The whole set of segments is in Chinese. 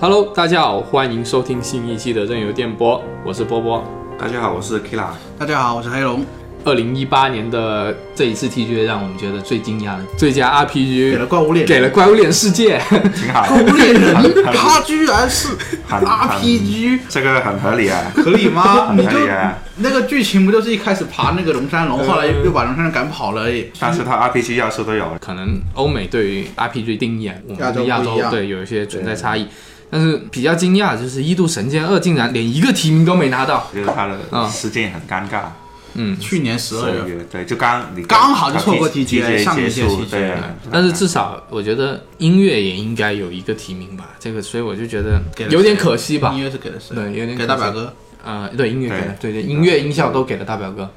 Hello，大家好，欢迎收听新一期的任由电波，我是波波。大家好，我是 Kila。大家好，我是黑龙，二零一八年的这一次 TGA 让我们觉得最惊讶的最佳给 RPG 了怪物猎人，给了怪物猎人世界， 挺好，怪物猎人，很他居然是很 RPG，这个很合理啊，合理吗？很你合就理啊。那个剧情不就是一开始爬那个龙山龙，后来又把龙山龙赶跑了而已？但是它 RPG 要素都有，可能欧美对于 RPG 定义啊，我亚们洲对亚洲不一样对有一些存在差异。但是比较惊讶的就是《一度神剑二》竟然连一个提名都没拿到，就是它嗯的事件很尴尬。嗯，去年十二月，月对，就刚你刚好就错过 T TGA 上一结届束， TGA 对啊。但是至少我觉得音乐也应该有一个提名吧，这个所以我就觉得给了有点谁可惜吧音。乐是给了谁？对有点给大可惜表哥。呃，对音乐给了，对对，对音乐音效都给了大表哥。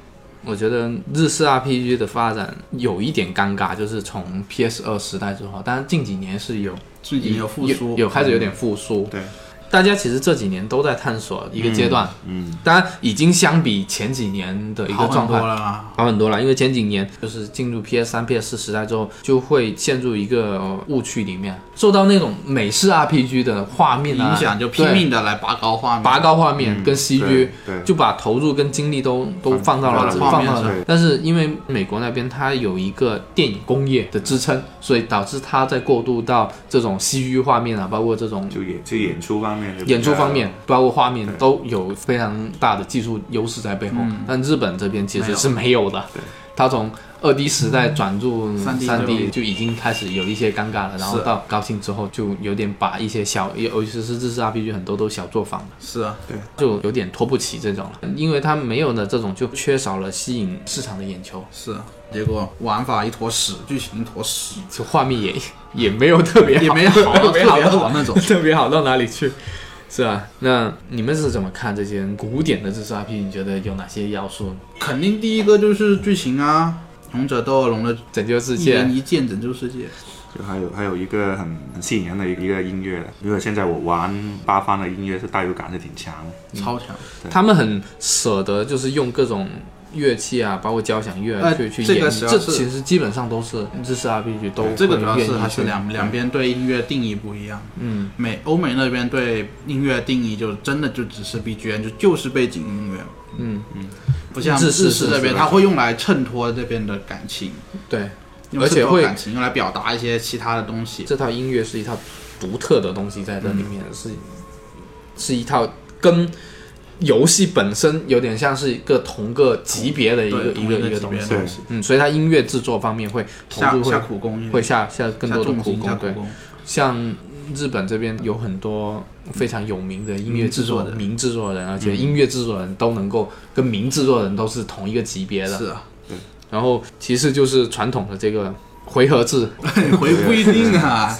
我觉得日式 RPG 的发展有一点尴尬，就是从 PS 二时代之后，当然近几年是有最近有复苏，嗯有开始有点复苏。对，大家其实这几年都在探索一个阶段，嗯，当然已经相比前几年的一个好状很多况了啊。好很多了，因为前几年就是进入 PS 三、PS 四时代之后，就会陷入一个呃误区里面，受到那种美式 RPG 的画面啊影响就拼命的嗯来拔高画对面，拔高画面跟 CG，、对对就把投入跟精力都都放到了放到了放到画面了上，但是因为美国那边它有一个电影工业的支撑，所以导致它在过渡到这种 CG 画面啊，包括这种就演就演出方面就比较，演出方面，包括画面对都有非常大的技术优势在背后，但日本这边其实是没有的对。他从二 D 时代转入三 3D 3D 就已经开始有一些尴尬了，然后是到高清之后就有点把一些小，尤其是日式 RPG 很多都小作坊了，是啊，就有点拖不起这种了，因为它没有的这种就缺少了吸引市场的眼球，是啊。结果玩法一坨屎，剧情一坨屎，就画面也 也没有特别好，也没好到特没别好到。好那种 特别好到哪里去？是啊，那你们是怎么看这些古典的自杀 P？你觉得有哪些要素？肯定第一个就是剧情啊，勇者斗恶龙的拯救世一人界，一剑拯救世界，就还有还有一个很很吸引人的一个音乐的，因为现在我玩八方的音乐是代入感是挺强的，超强。他们很舍得，就是用各种乐器啊，包括交响乐、呃去去这个演绎。主要这是其实基本上都是日式 RPG 都这个主要会是愿意还是去两两边对音乐定义不一样。嗯，美欧美那边对音乐定义就真的就只是 BGM，就就是背景音乐。嗯嗯，不像日日式式这是边，它会用来衬托这边的感情，对，用而且衬托会感情用来表达一些其他的东西。这套音乐是一套独特的东西在这里面，是是一套跟游戏本身有点像是一个同个级别的一个对一个一同一个个东西级别的东西，嗯，所以它音乐制作方面会投下入下会苦功一点，会下下更多的下重苦金下功，苦对，功。像日本这边有很多非常有名的音乐名制制作作人名制作人，而嗯且音乐制作人都能够跟名制作人都是同一个级别的，是啊， 然后其次就是传统的这个回合制，回不一定 啊。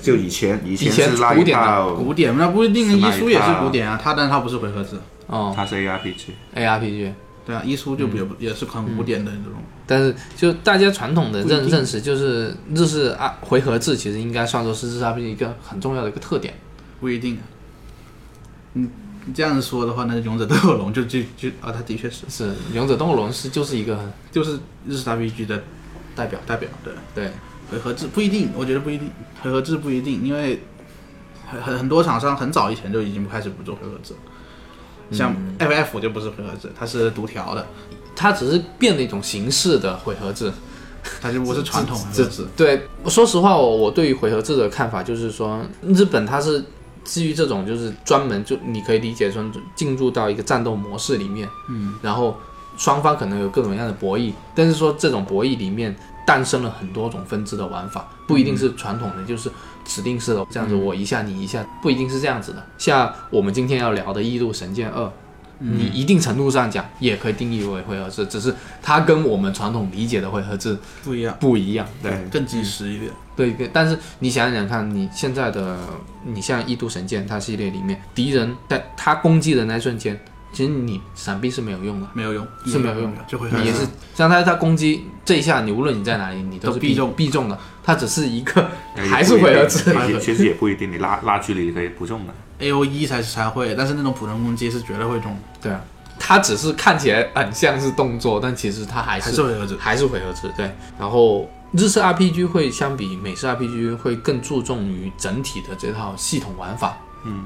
就以前以以前是拉古一典的套，古典那不一定，是那医一书也是套古典啊，它但是它不是回合制。哦它是 ARPG， ，ARPG。对啊，医书就也不也是很嗯古典的那种。但是就大家传统的不一认定认识，就是日式啊回合制，其实应该算作是日式 RPG 一个很重要的一个特点。不一定啊。你你这样说的话，那勇者斗恶龙就就就啊，他的确是是勇者斗恶龙是就是一个就是日式 RPG 的代表，代表，对对，回合制不一定，我觉得不一定，回合制不一定，因为很很很多厂商很早以前就已经开始不做回合制了，像 FF 就不是回合制，它是独条的，它只是变了一种形式的回合制。它就不是传统回这合制，对，说实话，我我对于回合制的看法就是说，日本它是基于这种就是专门就你可以理解成进入到一个战斗模式里面，嗯，然后双方可能有各种各样的博弈，但是说这种博弈里面诞生了很多种分支的玩法，不一定是传统的就是指定式的哦这样子，我一下你一下，不一定是这样子的。像我们今天要聊的《异度神剑二》。你一定程度上讲，也可以定义为回合制，只是它跟我们传统理解的回合制不一样，不一样。对，更及时一点。对，但是你想想看，你现在的你像《异度神剑》它系列里面，敌人在他攻击的那一瞬间，其实你闪避是没有用的，没有用，是没有用的的，就回合你也制是像他他攻击这一下，你无论你在哪里，你都是都必中必中的，它只是一个哎也不还是回合制一定，也其实也不一定，你拉拉距离可以不中的。 A O E 才是才会，但是那种普通攻击是绝对会中的，对啊，它只是看起来很像是动作，但其实它还还是是回合制。还是回合制，对。然后日式 RPG 会相比美式 RPG 会更注重于整体的这套系统玩法，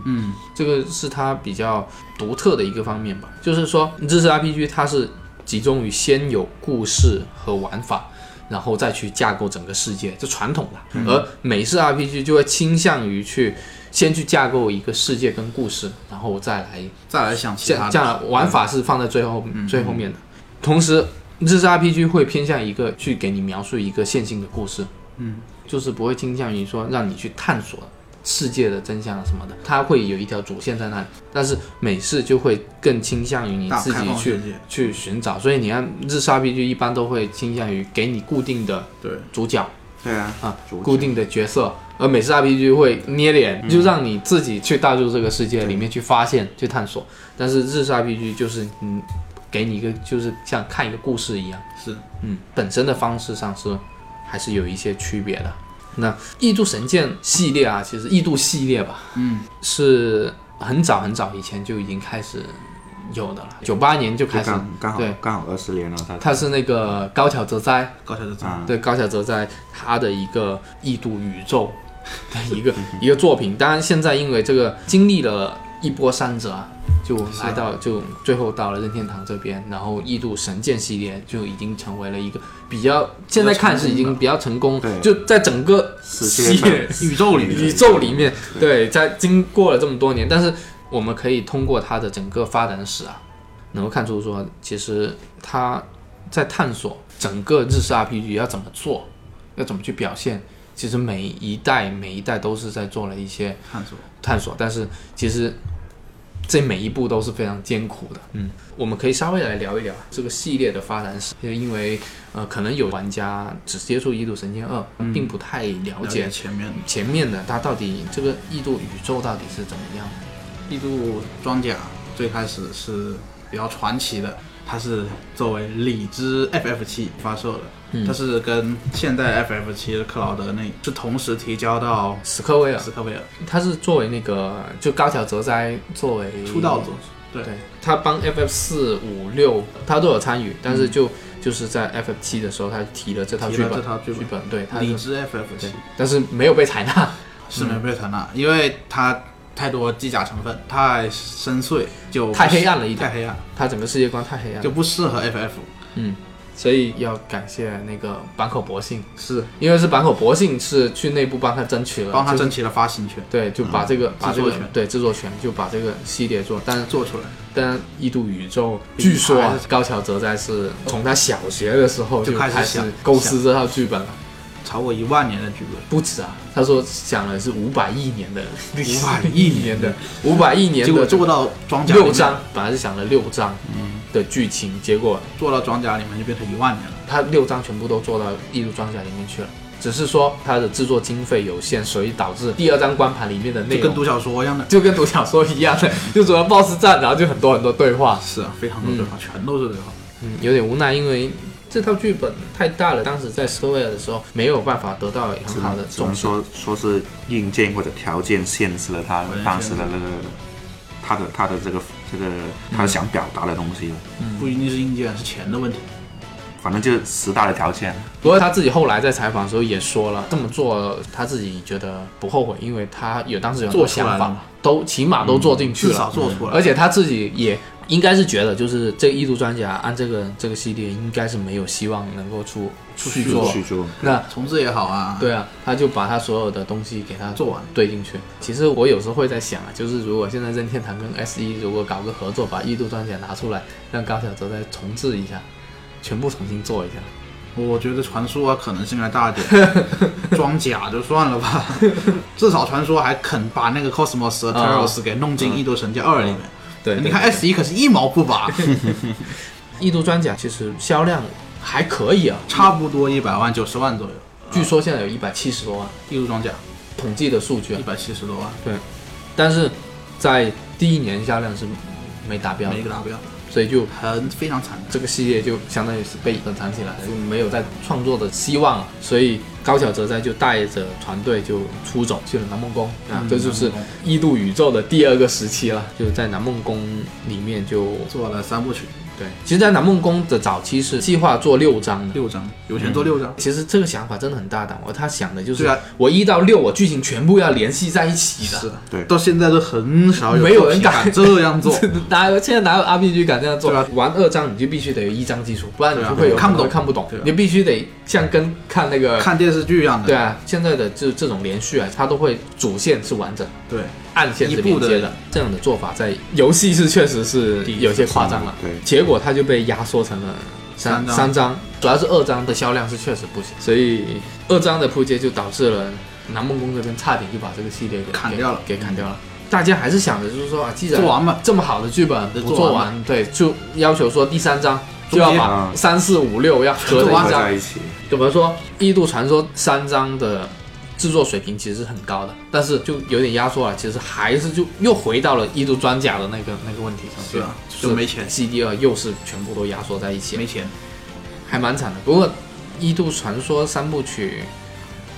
嗯这个是它比较独特的一个方面吧。就是说，日式 RPG 它是集中于先有故事和玩法，然后再去架构整个世界，这传统的。嗯而美式 RPG 就会倾向于去先去架构一个世界跟故事，然后再来再来想其这他样的嗯这样玩法是放在最后、最后面的。同时，日式 RPG 会偏向一个去给你描述一个线性的故事，嗯，就是不会倾向于说让你去探索世界的真相啊什么的，它会有一条主线在那里。但是美式就会更倾向于你大自开己放去世界，去寻找，所以你看日式 RPG 一般都会倾向于给你固定的对，主角对啊，啊主，角固定的角色。而美式 RPG 会捏脸，就让你自己去带入这个世界里面去发现、去探索。但是日式 RPG 就是嗯，给你一个就是像看一个故事一样，是嗯，本身的方式上是还是有一些区别的。那《异度神剑》系列啊，其实《异度》系列吧，嗯，是很早很早以前就已经开始有的了，九八年就就开始，刚刚好对刚好二十年了，他它是那个高桥哲哉高桥就这样。啊，对高晓哲在他的一个异度宇宙的一个一个作品。当然，现在因为这个经历了一波三折啊，就来到就最后到了任天堂这边，然后异度神剑系列就已经成为了一个比较现在看是已经比较成功，对就在整个世系界上列宇宙里宇宙里面，对，在经过了这么多年，但是我们可以通过它的整个发展史啊，能够看出说，其实它在探索整个日式 RPG 要怎么做，要怎么去表现。其实每一代每一代都是在做了一些探索，探索，但是其实这每一步都是非常艰苦的。嗯，我们可以稍微来聊一聊这个系列的发展史，因为呃，可能有玩家只接触《异度神剑二》，并不太了了解解前面前面的它到底这个异度宇宙到底是怎么样的？异度装甲最开始是比较传奇的，它是作为里兹 FF 七发售的，嗯它是跟现代 FF 七的克劳德那是同时提交到史克威尔斯科维尔他是作为那个就高桥哲哉作为出道作，对对，他帮 FF 四五六他都有参与，但是就、就是在 FF 七的时候他嗯提了这套提剧了本，这套剧剧本，本对，他里是兹 FF 对嗯七，但是没有被采纳。是没有被采纳，因为它太多机甲成分，太深邃，就不太黑暗了一点太黑暗，他整个世界观太黑暗就了，不适合 FF，所以要感谢那个坂口博信，是因为是坂口博信是去内部帮他争取了，帮他啊就是争取了发行权，对，就把这个、把这制个作权对制作权就把这个系列做，但是做出来。但异度宇宙，据说啊还是高桥哲哉是从他小学的时候就开始开想始构思这套剧本了，超过一万年的剧本，不止啊，他说想了是五百亿年的 历史， 500亿亿年的五百亿年结果的做到装甲里面六章，本来是想了六章的剧情，结果做到装甲里面就变成一万年了。他六章全部都做到异度装甲里面去了。只是说它的制作经费有限，所以导致第二张光盘里面的内就跟容读小说一样的。就跟读小说一样的，就主要 BOSS 战，然后就很多很多对话，是啊，非常多对话，全都是对话。嗯，有点无奈，因为这套剧本太大了，当时在斯科威尔的时候没有办法得到只很好的能只重能视。说说是硬件或者条件限制了他条件限制当时的那个他的他的这个这个嗯他想表达的东西了，不一定是硬件，是钱的问题。反正就是时代的条件。不过他自己后来在采访的时候也说了，这么做他自己觉得不后悔，因为他有当时有很多做出来想了法嘛，都起码都做进去至了，少做出来嗯而且他自己也应该是觉得，就是这个《异度专家》按这个这个系列应该是没有希望能够出出续续作。续作，那重置也好啊，，对啊，他就把他所有的东西给他做完对进去。其实我有时候会在想啊，就是如果现在任天堂跟 S E 如果搞个合作，把《异度专甲》拿出来，让高晓哲再重置一下，全部重新做一下。我觉得传说啊可能性还大一 点，装甲就算了吧，至少传说还肯把那个 Cosmos 和 Teros 给弄进《异度神剑二》里面。啊对你看 S 一可是一毛不 拔， 《异度专甲》其实销量还可以啊，差不多一百万、九十万左右。据说现在有一百七十多万异度装甲统计的数据啊一，百七十多万，但是在第一年销量是没达标的每一，个达标，所以就很非常惨。这个系列就相当于是被冷藏起来了，就没有再创作的希望了。所以高桥哲哉就带着团队就出走去了南梦宫啊，嗯这就是异度宇宙的第二个时期了，就在南梦宫里面就做了三部曲，对，其实，在南梦宫的早期是计划做六章的。六张，有钱做六张。其实这个想法真的很大胆，我他想的就是对啊我一到六我剧情全部要联系在一起的。是，对到现在都很少没有人作品敢这 样做，哪有现在哪有 RPG 敢这样做？对啊玩二章你就必须得有一章基础，不然你对啊就会有看不懂看不懂对啊，你必须得像跟看那个看电视剧一样的。对啊，现在的就这种连续啊，它都会主线是完整，对暗线是连一接步的的，这样的做法在游戏是确实是有些夸张了。对结果它就被压缩成了三三张三张，主要是二张的销量是确实不行，所以二张的扑街就导致了南梦宫这边差点就把这个系列给砍掉了给给砍掉了。大家还是想着就是说啊，既然做完吧这么好的剧本就不做做完完，对，就要求说第三章就要中间把三四五六要合做着啊完一合张在一起，怎么说，《异度传说》三章的制作水平其实是很高的，但是就有点压缩了。其实还是就又回到了《异度装甲》的那个那个问题上去是了啊，，就没钱， CD 二又是全部都压缩在一起了没，钱。还蛮惨的。不过，《异度传说》三部曲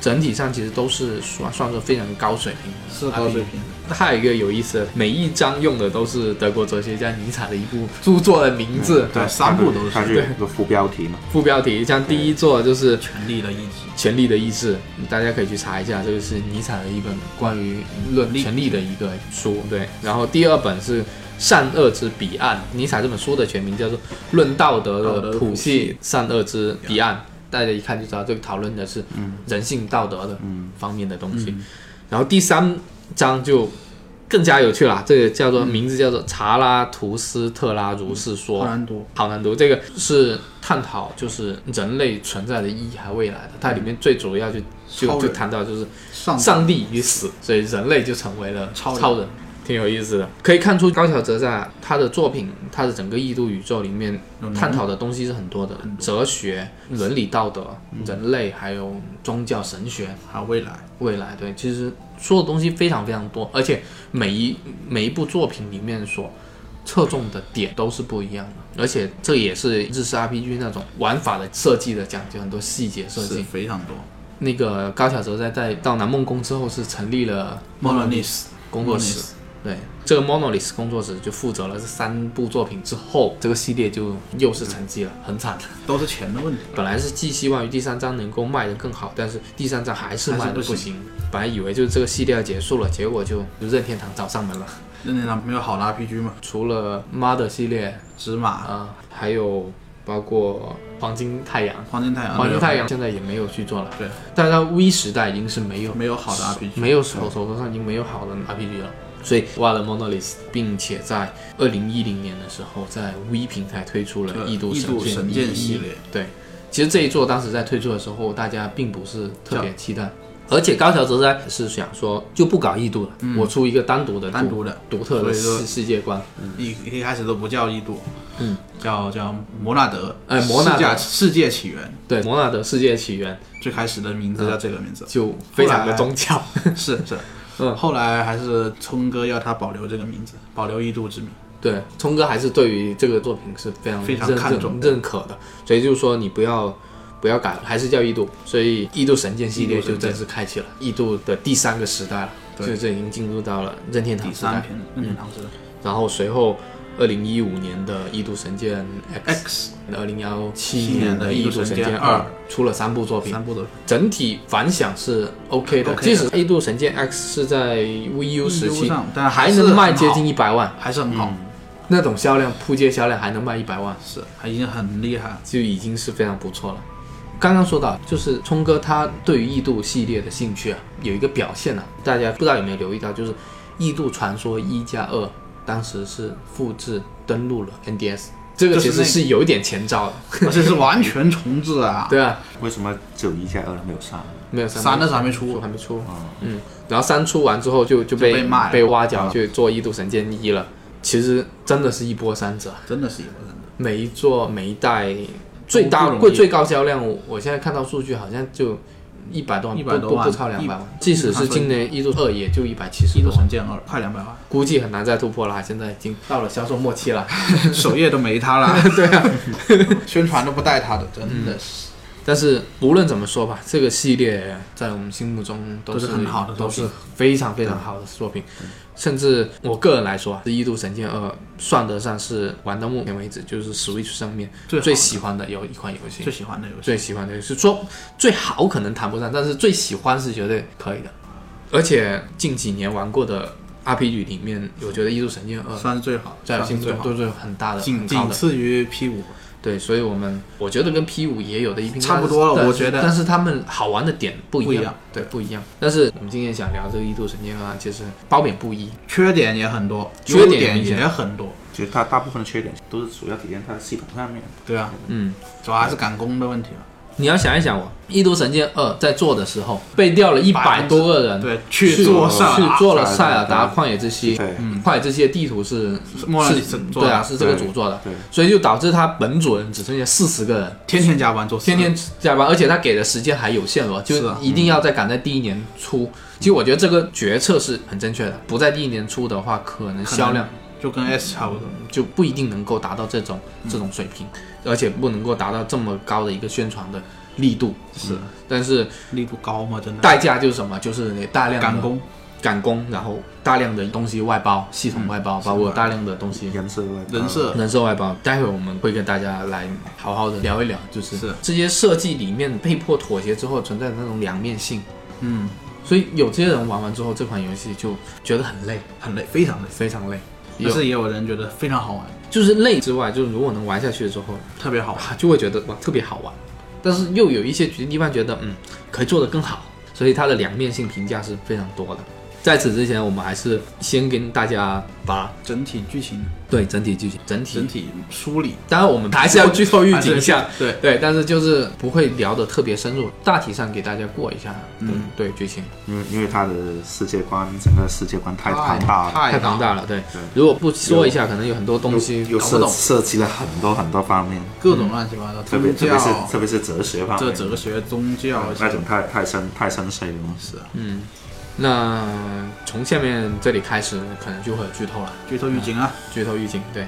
整体上其实都是算算是非常高水平的，是高水。平的，还有一个有意思的，每一章用的都是德国哲学家尼采的一部著作的名字、对三部都是它就有一个副标题嘛，副标题，像第一座就是权力的意志， 《权力的意志》，大家可以去查一下，这个是尼采的一本关于论力权力的一个书。对，然后第二本是《善恶之彼岸》，尼采这本书的全名叫做《论道德的谱系：善恶之彼岸》，大家一看就知道，这个讨论的是人性道德的方面的东西。然后第三章就更加有趣了，这个叫做名字叫做《查拉图斯特拉如是说》，好难读。好难读，这个是探讨就是人类存在的意义还有未来的，它里面最主要就就超就人谈到就是上上帝与死，所以人类就成为了超人超人，挺有意思的。可以看出高晓哲在他的作品，他的整个异度宇宙里面有浓探讨的东西是很多的，哲学、嗯伦理道德、人类，还有宗教神学，还有未来，未来，对，其实说的东西非常非常多，而且每一每一部作品里面所侧重的点都是不一样的，而且这也是日式 RPG 那种玩法的设计的讲究，很多细节设是计。非常多。那个高晓哲在在到南梦宫之后是成立了 Monolith 工作室，对，这个 Monolith 工作室就负责了这三部作品之后，这个系列就又是沉寂了，很惨。都是钱的问题，本来是寄希望于第三章能够卖得更好，但是第三章还是卖得还是不不行。本来以为就是这个系列要结束了，结果就就任天堂找上门了。任天堂没有好的 RPG 嘛，除了 Mother 系列芝啊、麻、还有包括黄金太阳，黄金太阳、黄金太阳现在也啊没有去做了。对，但是它 V 时代已经是没有没有好的 RPG，没有手手头上已经没有好的 RPG 了。所以挖了 Monolith，并且在二零一零年的时候，在 V 平台推出了《对异度异度神神剑剑一》系列。对，其实这一作当时在推出的时候，大家并不是特别期待，而且高桥哲哉是想说就不搞异度了，我出一个单独的、嗯单独的独特的所以说世世界观。一一开始都不叫异度，嗯，叫叫摩纳德，哎摩纳德世界世界起源，对，《摩纳德世界起源最开始的名字叫这个名字》，就非常的宗教。是是，后来还是聪哥要他保留这个名字，保留异度之名，对，聪哥还是对于这个作品是非常非常认看重认认可的，所以就是说你不要不要改了，还是叫异度。所以异度神剑系列异度就神剑正式开启了异度的第三个时代了，对就这已经进入到了任天堂第时代三。篇任天堂之然后随后，二零一五年的《异度神剑 X》， X 二零幺七七年年的《的异异度度神神剑剑二二》出了三部作品三，部的整体反响是 OK 的。 OK 的即使《异度神剑 X》是在 VU 时 VU 期上，但还还是能卖很接好近一百万，还是很好，那种销量扑街销量还能卖一百万，是还已经很厉害了，就已经是非常不错了。刚刚说到，就是聪哥他对于异度系列的兴趣啊，有一个表现啊，大家不知道有没有留意到，就是《异度传说一加二》当时是复制登录了 NDS，这个就是其实那是有一点前兆的，而且是完全重置 啊，对啊，为什么只有一加二没有三？没有三那时候还没出还没出，啊，嗯，然后三出完之后就就被就被骂了挖角啊去做《异度神剑一》了，其实真的是一波三折。真的是一波人的，每一座每一代最大不容易贵最高销量，我我现在看到数据好像就一百多万， 100不多不万不超两一百万。即使是今年一度二，也就一百七十异多万度神，剑二快两百万，估计很难再突破了。现在已经到了销售末期了。 首页都没他了，对啊，宣传都不带他的，真的是。但是无论怎么说吧，这个系列在我们心目中都都是很好的都作品是非常非常好的作品。甚至我个人来说，啊，《一度神剑二》算得上是玩到目前为止就是 Switch 上面最最最喜欢的有一款游戏最，喜欢的游戏，最喜欢的游戏。说最好可能谈不上，但是最喜欢是绝对可以的。而且近几年玩过的 RPG 里面，我觉得《一度神剑二》算是最好，在我算是心目最中好，都是很大的、仅很高仅的。次于 P 五。对，所以我们我觉得跟 P 五也有的一拼，差不多了但是我觉得但是他们好玩的点不一不一样样，对，不一样。但是我们今天想聊这个《异度神剑二》，其实褒贬不一，缺点也很多，缺点优点明也显很多，其实它大部分的缺点都是主要体现它的系统上面。对啊，嗯。主要还是赶工的问题嘛。你要想一想我，《异度神剑二》在做的时候，被调了一百多个人对，去去做啊上去做了塞塞尔达尔达旷野之息，对嗯，旷野之息的地图是是莫拉里是斯做对的啊，是这个组做的，对，所以就导致他本组人只剩下四十个人，天天加班做事，天天加班，而且他给的时间还有限额，是就啊一定要在赶在第一年出。其实我觉得这个决策是很正确的，不在第一年出的话，可能销量就跟 S 差不多。就不一定能够达到这种嗯这种水平，而且不能够达到这么高的一个宣传的力度。嗯是但是力度高嘛，真的代价就是什么？就是你大量的赶工，赶工，然后大量的东西外包，系统外包，包括大量的东西人设外人设人设外包，待会我们会跟大家来好好的聊一聊，就是是这些设计里面被迫妥协之后存在的那种两面性。嗯所以有这些人玩完之后，这款游戏就觉得很累，很累，非常累。非常累。有但是也有人觉得非常好玩，就是累之外，就是如果能玩下去之后，特别好玩。啊，就会觉得哇特别好玩。但是又有一些地方觉得嗯可以做得更好，所以它的两面性评价是非常多的。在此之前，我们还是先跟大家把整体剧情、对整体剧情、整体整体梳理，当然我们还是要剧透预警一下还，是。对，对，但是就是不会聊得特别深入，大体上给大家过一下，嗯，对剧情因为因为它的世界观，整个世界观太庞大了，太太庞了，大了，对对，如果不说一下，可能有很多东西又搞不涉懂涉及了很多很多方面，各种乱七八糟，特别宗特别教是特别是哲学方这面，哲学、宗教那种太太深太深邃了。是啊嗯，那从下面这里开始可能就会有剧透了，剧透预警啊，剧透预警。对，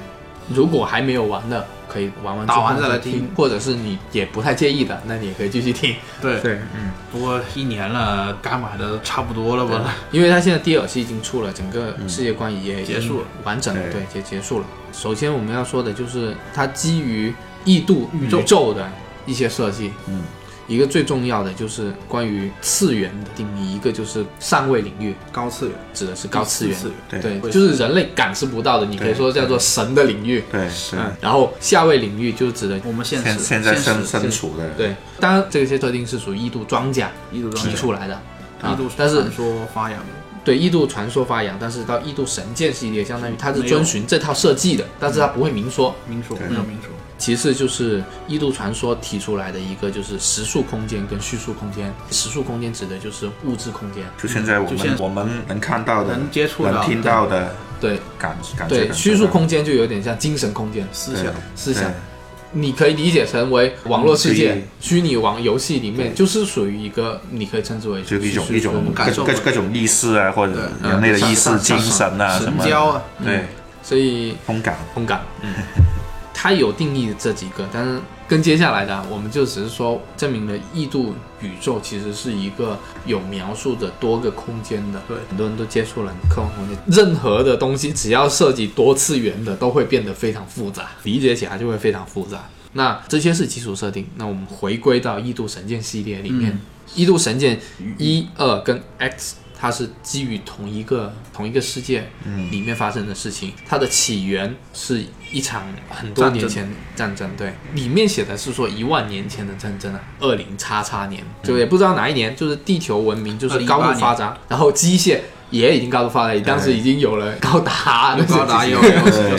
如果还没有玩的，可以玩完打之后完再来听，听或者是你也不太介意的，那你也可以继续听。对。对，嗯，不过一年了，该买的差不多了吧？因为它现在 DLC 已经出了，整个世界观也结束了，完整了，对对，也结束了。首先我们要说的就是它基于异度宇宙宙的一些设计，嗯，一个最重要的就是关于次元的定义，一个就是上位领域，高次元，指的是高次元。次元，对对，会就是人类感知不到的，你可以对说叫做神的领域。对，嗯，然后下位领域就指的我们现现实现在现身实身处的，对，当然这些设定是属于异度装甲异度装提甲出来的，啊异度，但是传说发扬，对异度传说发扬，但是到异度神剑系列，相当于它是没有遵循这套设计的，但是它不会明说。明说对没有明说，其次就是异度传说提出来的一个就是时速空间跟叙述空间，时速空间指的就是物质空间，就现在我就现们我们能看到的、能接触到能听到的对感感觉对，感受叙述到空间就有点像精神空间，思想思想。你可以理解成为网络世嗯界、虚拟网游戏里面，就是属于一个你可以称之为就一种叙一述空间种各感受各各种意识啊，或者对人类的嗯意识、上精上神啊什神么的，交啊，对，所以通感同感，嗯，它有定义这几个，但是跟接下来的啊我们就只是说证明了异度宇宙其实是一个有描述的多个空间的，对很多人都接触了科幻空间，任何的东西只要涉及多次元的，都会变得非常复杂，理解起来就会非常复杂。那这些是基础设定，那我们回归到异度神剑系列里面，嗯异度神剑一二跟 X，它是基于同一个同一个世界里面发生的事情，它的起源是一场很多年前战争，对，里面写的是说一万年前的战争啊，二零叉叉年，就也不知道哪一年，就是地球文明就是2018高度发展，然后机械。也已经高度发展，当时已经有了高达，有高达有 有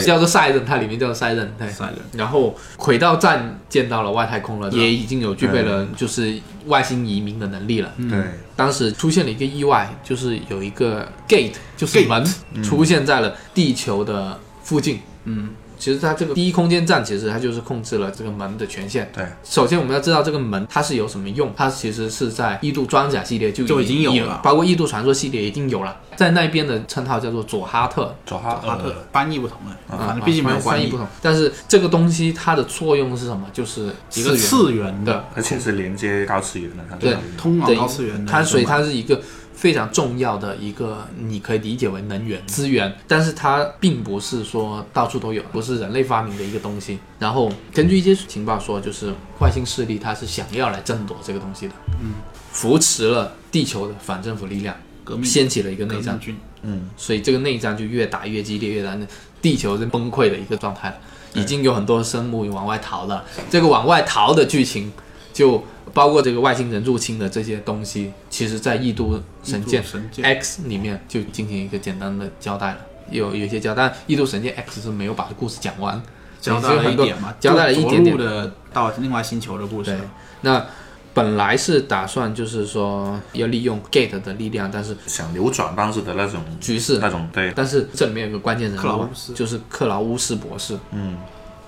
叫做赛任，它里面叫做赛任，对，赛人，然后轨道站见到了外太空了，也已经有具备了就是外星移民的能力了。对当时出现了一个意外，就是有一个 gate，就是门出现在了地球的附近。嗯，其实它这个第一空间站，其实它就是控制了这个门的权限。对，首先我们要知道这个门它是有什么用，它其实是在《异度装甲》系列就就已经有了包括《异度传说》系列已经有了，在那边的称号叫做佐哈特。左哈啊，呃翻译不同的，反正啊毕竟没有翻关翻译系不。同，但是这个东西它的作用是什么？就是一个次次元元的的而且是连接高次元的，它对这样通往对高次元的，它所以它是一个非常重要的一个，你可以理解为能源资源，但是它并不是说到处都有，不是人类发明的一个东西。然后根据一些情报说，就是外星势力它是想要来争夺这个东西的，嗯，扶持了地球的反政府力量，革命掀起了一个革内命战，军，嗯，所以这个内战就越打越激烈，越打越地球是崩溃的一个状态了，已经有很多生物往外逃了。这个往外逃的剧情，就包括这个外星人入侵的这些东西，其实在《异度神剑印度神剑 X》里面就进行一个简单的交代了。有有一些交代，《异度神剑 X》是没有把故事讲完，交代也是有了一很多点嘛，交代了一点点着陆的到另外星球的故事对，那本来是打算就是说要利用 Gate 的力量，但是想扭转当时的那种局势那种对，但是这里面有个关键人克劳物啊乌斯，就是克劳乌斯博士，嗯，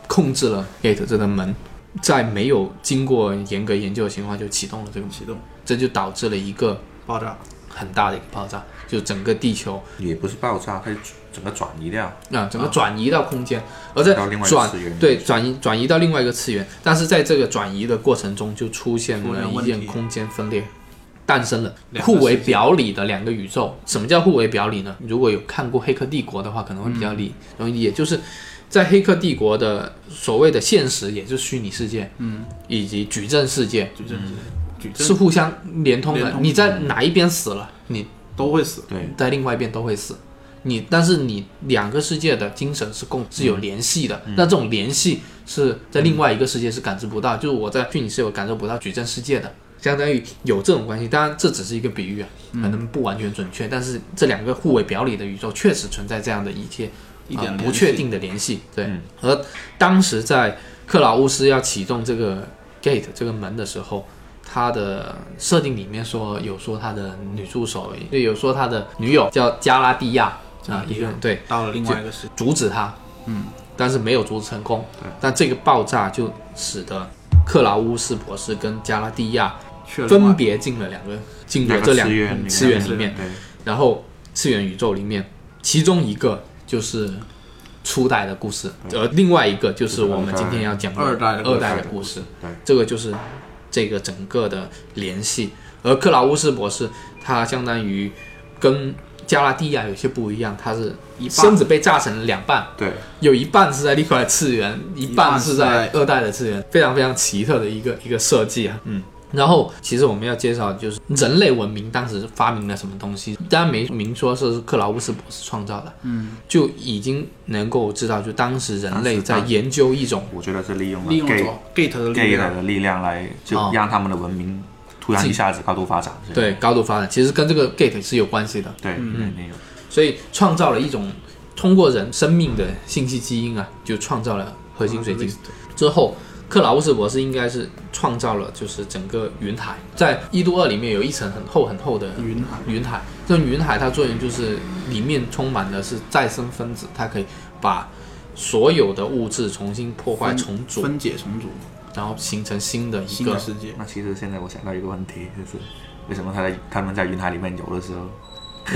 控制了 Gate 这个门，在没有经过严格研究的情况下就启动了这个门，启动这就导致了一个爆炸，很大的一个爆炸，就整个地球也不是爆炸，它整个转移掉，啊、整个转移到空间，而在到另外一个转次元对转移转移到另外一个次元，但是在这个转移的过程中就出现出现了问一题件空间分裂。诞生了两个互为世界表里的两个宇宙。什么叫互为表里呢？如果有看过《黑客帝国》的话，可能会比较理容易理解，就是在《黑客帝国》的所谓的现实，也就是虚拟世界，嗯，以及矩阵世界，矩阵之类的矩是阵互相连通的连。通你在哪一边死了，你都会死，对，在另外一边都会死。你但是你两个世界的精神是共是有联系的，那这种联系是在另外一个世界是感知不到，就是我在虚拟世界我感受不到矩阵世界的，相当于有这种关系。当然这只是一个比喻啊，可能不完全准确，但是这两个互为表里的宇宙确实存在这样的一些一点啊联系不确定的联系。嗯对，而当时在克劳乌斯要启动这个 gate 这个门的时候，他的设定里面说有说他的女助手，也有说他的女友叫加拉蒂亚啊，一个对到了另外一个世界，阻止他，嗯，但是没有阻止成功。但这个爆炸就使得克劳乌斯博士跟加拉蒂亚去了另外分别进了两个进入了两这个两次元次元里里面面，，对，然后次元宇宙里面，其中一个就是初代的故事，而另外一个就是我们今天要讲的嗯二代的故事二代的故事。对，这个就是这个整个的联系。而克劳乌斯博士他相当于跟加拉蒂亚有些不一样，他是一半身子被炸成了两半，对，有一半是在另外次元，一半是在二代的次元，非常非常奇特的一个一个设计啊。嗯，然后其实我们要介绍的就是人类文明当时发明了什么东西，当然没明说是克劳乌斯博士创造的，嗯，就已经能够知道，就当时人类在研究一种我觉得是利用了利用 gay 了 gate 的力 gay 量，的力量来，哦就让他们的文明突然一下子高度发展，这样对嗯高度发展，其实跟这个 gate 是有关系的。对，肯定有，所以创造了一种通过人生命的信息基因啊，就创造了核心水晶。之后，克劳乌斯博士应该是创造了就是整个云海，在《一度二》里面有一层很厚很厚的云海云海，这种云海它作用就是里面充满的是再生分子，它可以把所有的物质重新破坏分重组，分解重组，然后形成新的一新个的世界，那其实现在我想到一个问题，就是为什么他在他们在云海里面游的时候，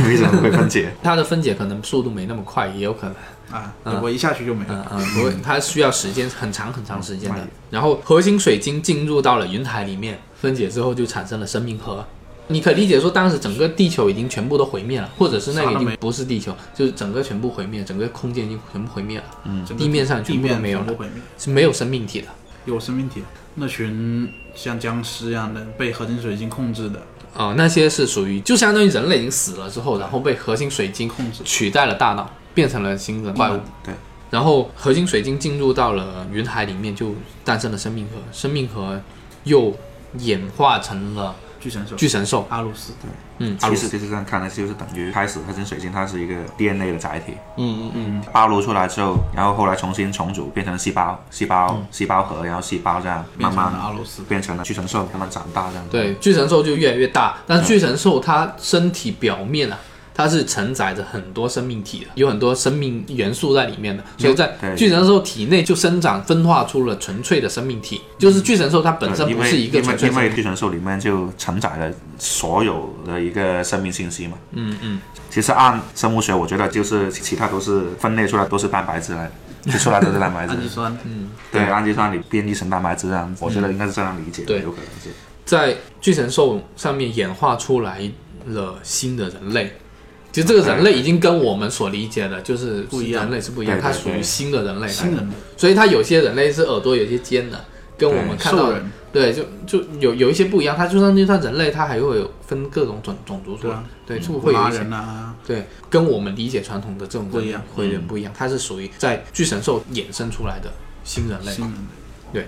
为什么会分解？ 它的分解可能速度没那么快，也有可能。啊，我一下去就没了，嗯嗯，不会，它需要时间很长很长时间的。然后核心水晶进入到了云海里面，分解之后就产生了生命核。你可以理解说，当时整个地球已经全部都毁灭了，或者是那个已啥都经没不是地球，就是整个全部毁灭，整个空间已经全部毁灭了，整个嗯地面上地全部都面没有全部了，毁灭，是没有生命体的。有生命体，那群像僵尸一样的被合金水晶控制的，啊、那些是属于就相当于人类已经死了之后，然后被核心水晶控制取代了大脑，变成了新的怪物。对，然后核心水晶进入到了云海里面，就诞生了生命核，生命核又演化成了巨神手巨神兽，阿鲁斯，嗯，阿鲁其斯实，就是这样看呢，就是等于开始核心水晶它是一个 DNA 的载体，嗯嗯嗯，暴露出来之后，然后后来重新重组变成细胞、细胞、嗯细胞核，然后细胞这样变慢成慢了阿鲁斯，变成了巨神兽，慢慢长大这样。对，巨神兽就越来越大，但是巨神兽它身体表面啊，它是承载着很多生命体的，有很多生命元素在里面的，所以在嗯对巨神兽体内就生长分化出了纯粹的生命体，就是巨神兽它本身嗯因不为是一个因为纯粹因生为命体，巨神兽里面就承载了所有的一个生命信息嘛。嗯嗯。其实按生物学，我觉得就是其其他都是分类出来都是蛋白质来，就出来都是蛋 白质氨。基酸，对，氨基酸你变异成蛋白质啊，我觉得应该是这样理解的，对有可能是。在巨神兽上面演化出来了新的人类。其实这个人类已经跟我们所理解的就是不一样人类是不一样，对对它属于对新的人类，新哎人所以它有些人类是耳朵有些尖的，跟我们对看到兽的人，对，就就有有一些不一样。它就算就算人类，它还会有分各种种种族出来，对，就啊嗯古会有拉一些人啊，对，跟我们理解传统的这种不一样嗯会有点不一样。它是属于在巨神兽衍生出来的新人类。新人类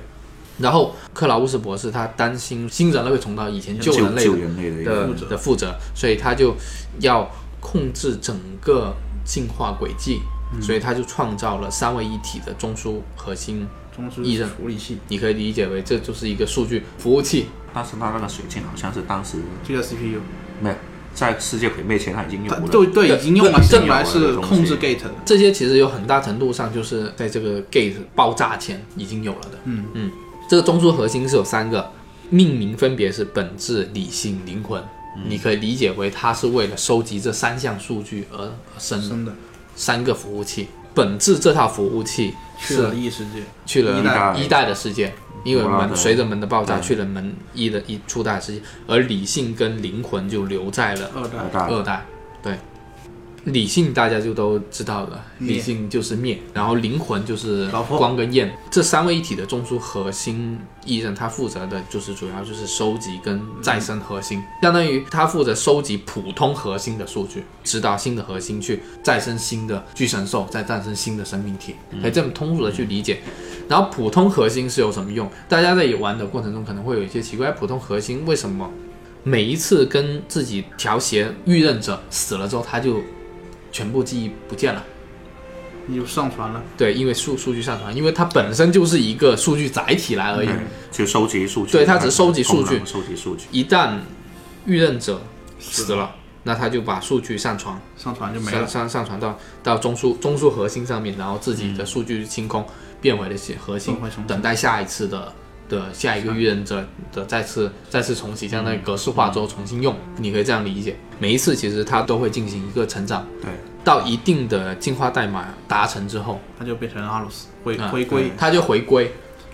然后克劳乌斯博士他担心新人类会重蹈以前旧救人类救的人类的一个的的负责，所以他就要控制整个进化轨迹，嗯所以他就创造了三位一体的中枢核心。中枢异人处理器，你可以理解为这就是一个数据服务器，但是它那个水晶好像是当时这个 CPU，没有在世界毁灭前它已经有它了。对对，已经用完对进来这是种控制东 gate 的，这些其实有很大程度上就是在这个 gate 爆炸前已经有了的。嗯嗯，这个中枢核心是有三个，命名分别是本质、理性、灵魂。嗯你可以理解为它是为了收集这三项数据而而生的真的三个服务器。本质这套服务器去是了异世界，去了一代一代的世界，因为哇门对随着门的爆炸去了门一的一初代的世界，而理性跟灵魂就留在了二代二代二代，对，理性大家就都知道了，灭理性就是灭，然后灵魂就是老婆光跟焰，这三位一体的中枢核心艺人，他负责的就是主要就是收集跟再生核心，相当于他负责收集普通核心的数据，指导新的核心去再生新的巨神兽，再诞生新的生命体，可以这么通俗的去理解。然后普通核心是有什么用？大家在玩的过程中可能会有一些奇怪，普通核心为什么每一次跟自己调谐遇刃者死了之后，他就全部记忆不见了？你就上传了，对，因为数数据上传，因为它本身就是一个数据载体来而已。嗯就收集数据，对它只收集数据功能收集数据。一旦遇刃者死了，那他就把数据上传，上传就没上了，上上传到到中枢中枢核心上面，然后自己的数据清空，变回了核心嗯变回重，新等待下一次的的下一个遇刃者的再次再次重启，相当于格式化之后重新用，你可以这样理解。每一次其实它都会进行一个成长，对，到一定的进化代码达成之后，它就变成阿鲁斯，回嗯回归它就回归。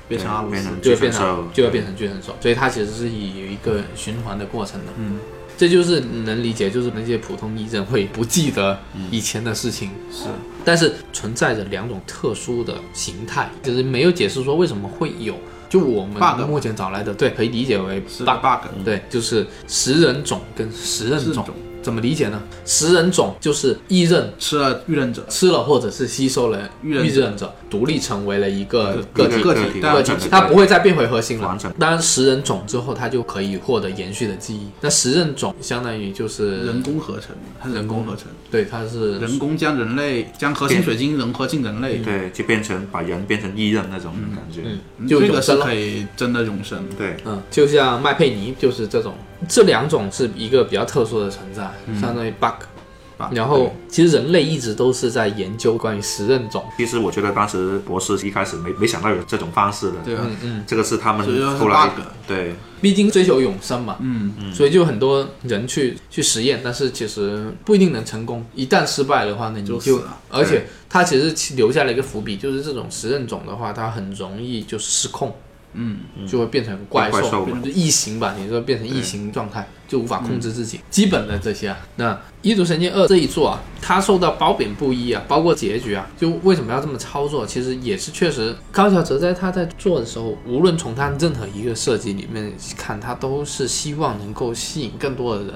变成阿鲁变斯成，就会巨变神兽成，就会变成巨神兽，所以它其实是以有一个循环的过程的。嗯，这就是能理解，就是那些普通医生会不记得嗯以前的事情，是但是存在着两种特殊的形态，就是没有解释说为什么会有。就我们 Bug 目前找来的，对，可以理解为是 bug，个 bug，对，就是食人种跟食刃是种种，怎么理解呢？食人种就是异刃吃了遇刃者，吃了或者是吸收了遇遇刃者刃者，独立成为了一个一个个体，个体体的个个体体这，它不会再变回核心了完整。当然，食人种之后，它就可以获得延续的记忆。那食人种相当于就是人工合成，它是人工合成，对，它是人工将人类将核心水晶融合进人类，对，就变成把人变成异刃那种感觉。嗯就这个永是生了可。以真的永生，对，嗯，就像麦佩尼就是这种，这两种是一个比较特殊的存在，嗯相当于 bug。 bug，然后，其实人类一直都是在研究关于食人种，其实我觉得当时博士一开始没没想到有这种方式的，对啊吧？这个是他们所以说是后来 bug 对毕竟追求永生嘛，嗯，所以就很多人去去实验，但是其实不一定能成功。一旦失败的话，那你就，就死了而且它其实留下了一个伏笔，就是这种食人种的话，它很容易就失控，嗯，就会变成怪兽，变怪兽变成异形吧，你说变成异形状态，就无法控制自己。基本的这些啊，那《异度神剑二》这一作啊，它受到褒贬不一啊，包括结局啊，就为什么要这么操作，其实也是确实，高桥哲哉他在做的时候，无论从他任何一个设计里面看，他都是希望能够吸引更多的人。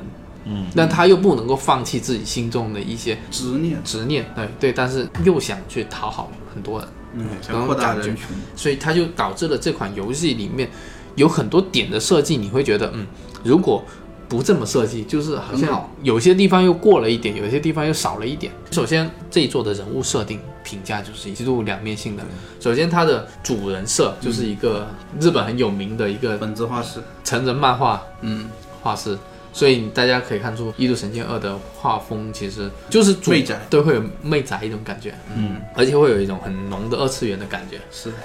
嗯，但他又不能够放弃自己心中的一些执念，执念，对对，但是又想去讨好很多人，嗯，想扩大人群，所以它就导致了这款游戏里面有很多点的设计，你会觉得，嗯，如果不这么设计，就是好很像好有些地方又过了一点，有些地方又少了一点。首先，这一座的人物设定评价就是一度两面性的。嗯首先，它的主人设就是一个日本很有名的一个本质化是成人漫画嗯，画师，所以大家可以看出《异度神剑二》的画风其实就是主媚宅对，会有媚宅一种感觉，嗯，而且会有一种很浓的二次元的感觉。是的，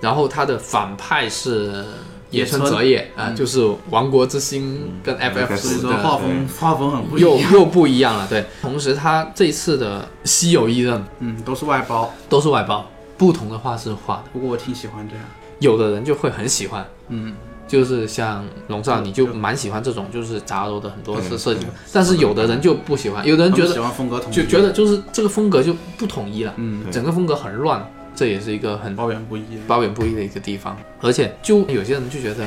然后他的反派是野野村村嗯哲也啊、就是《王国之心》跟 FF 所以四说的画风画风很不一又样，又不一样了。对，同时他这次的稀有一任嗯，都是外包。都是外包，不同的画师画的，不过我挺喜欢这样，有的人就会很喜欢，嗯，就是像龙少，嗯你就就蛮喜欢这种就是杂糅的很多对次设计对，但是有的人就不喜欢，有的人他觉们喜得欢风格统一，就觉得就是这个风格就不统一了，嗯，对整个风格很乱，这也是一个很包圆不一，褒贬不一的一个地方。而且就有些人就觉得，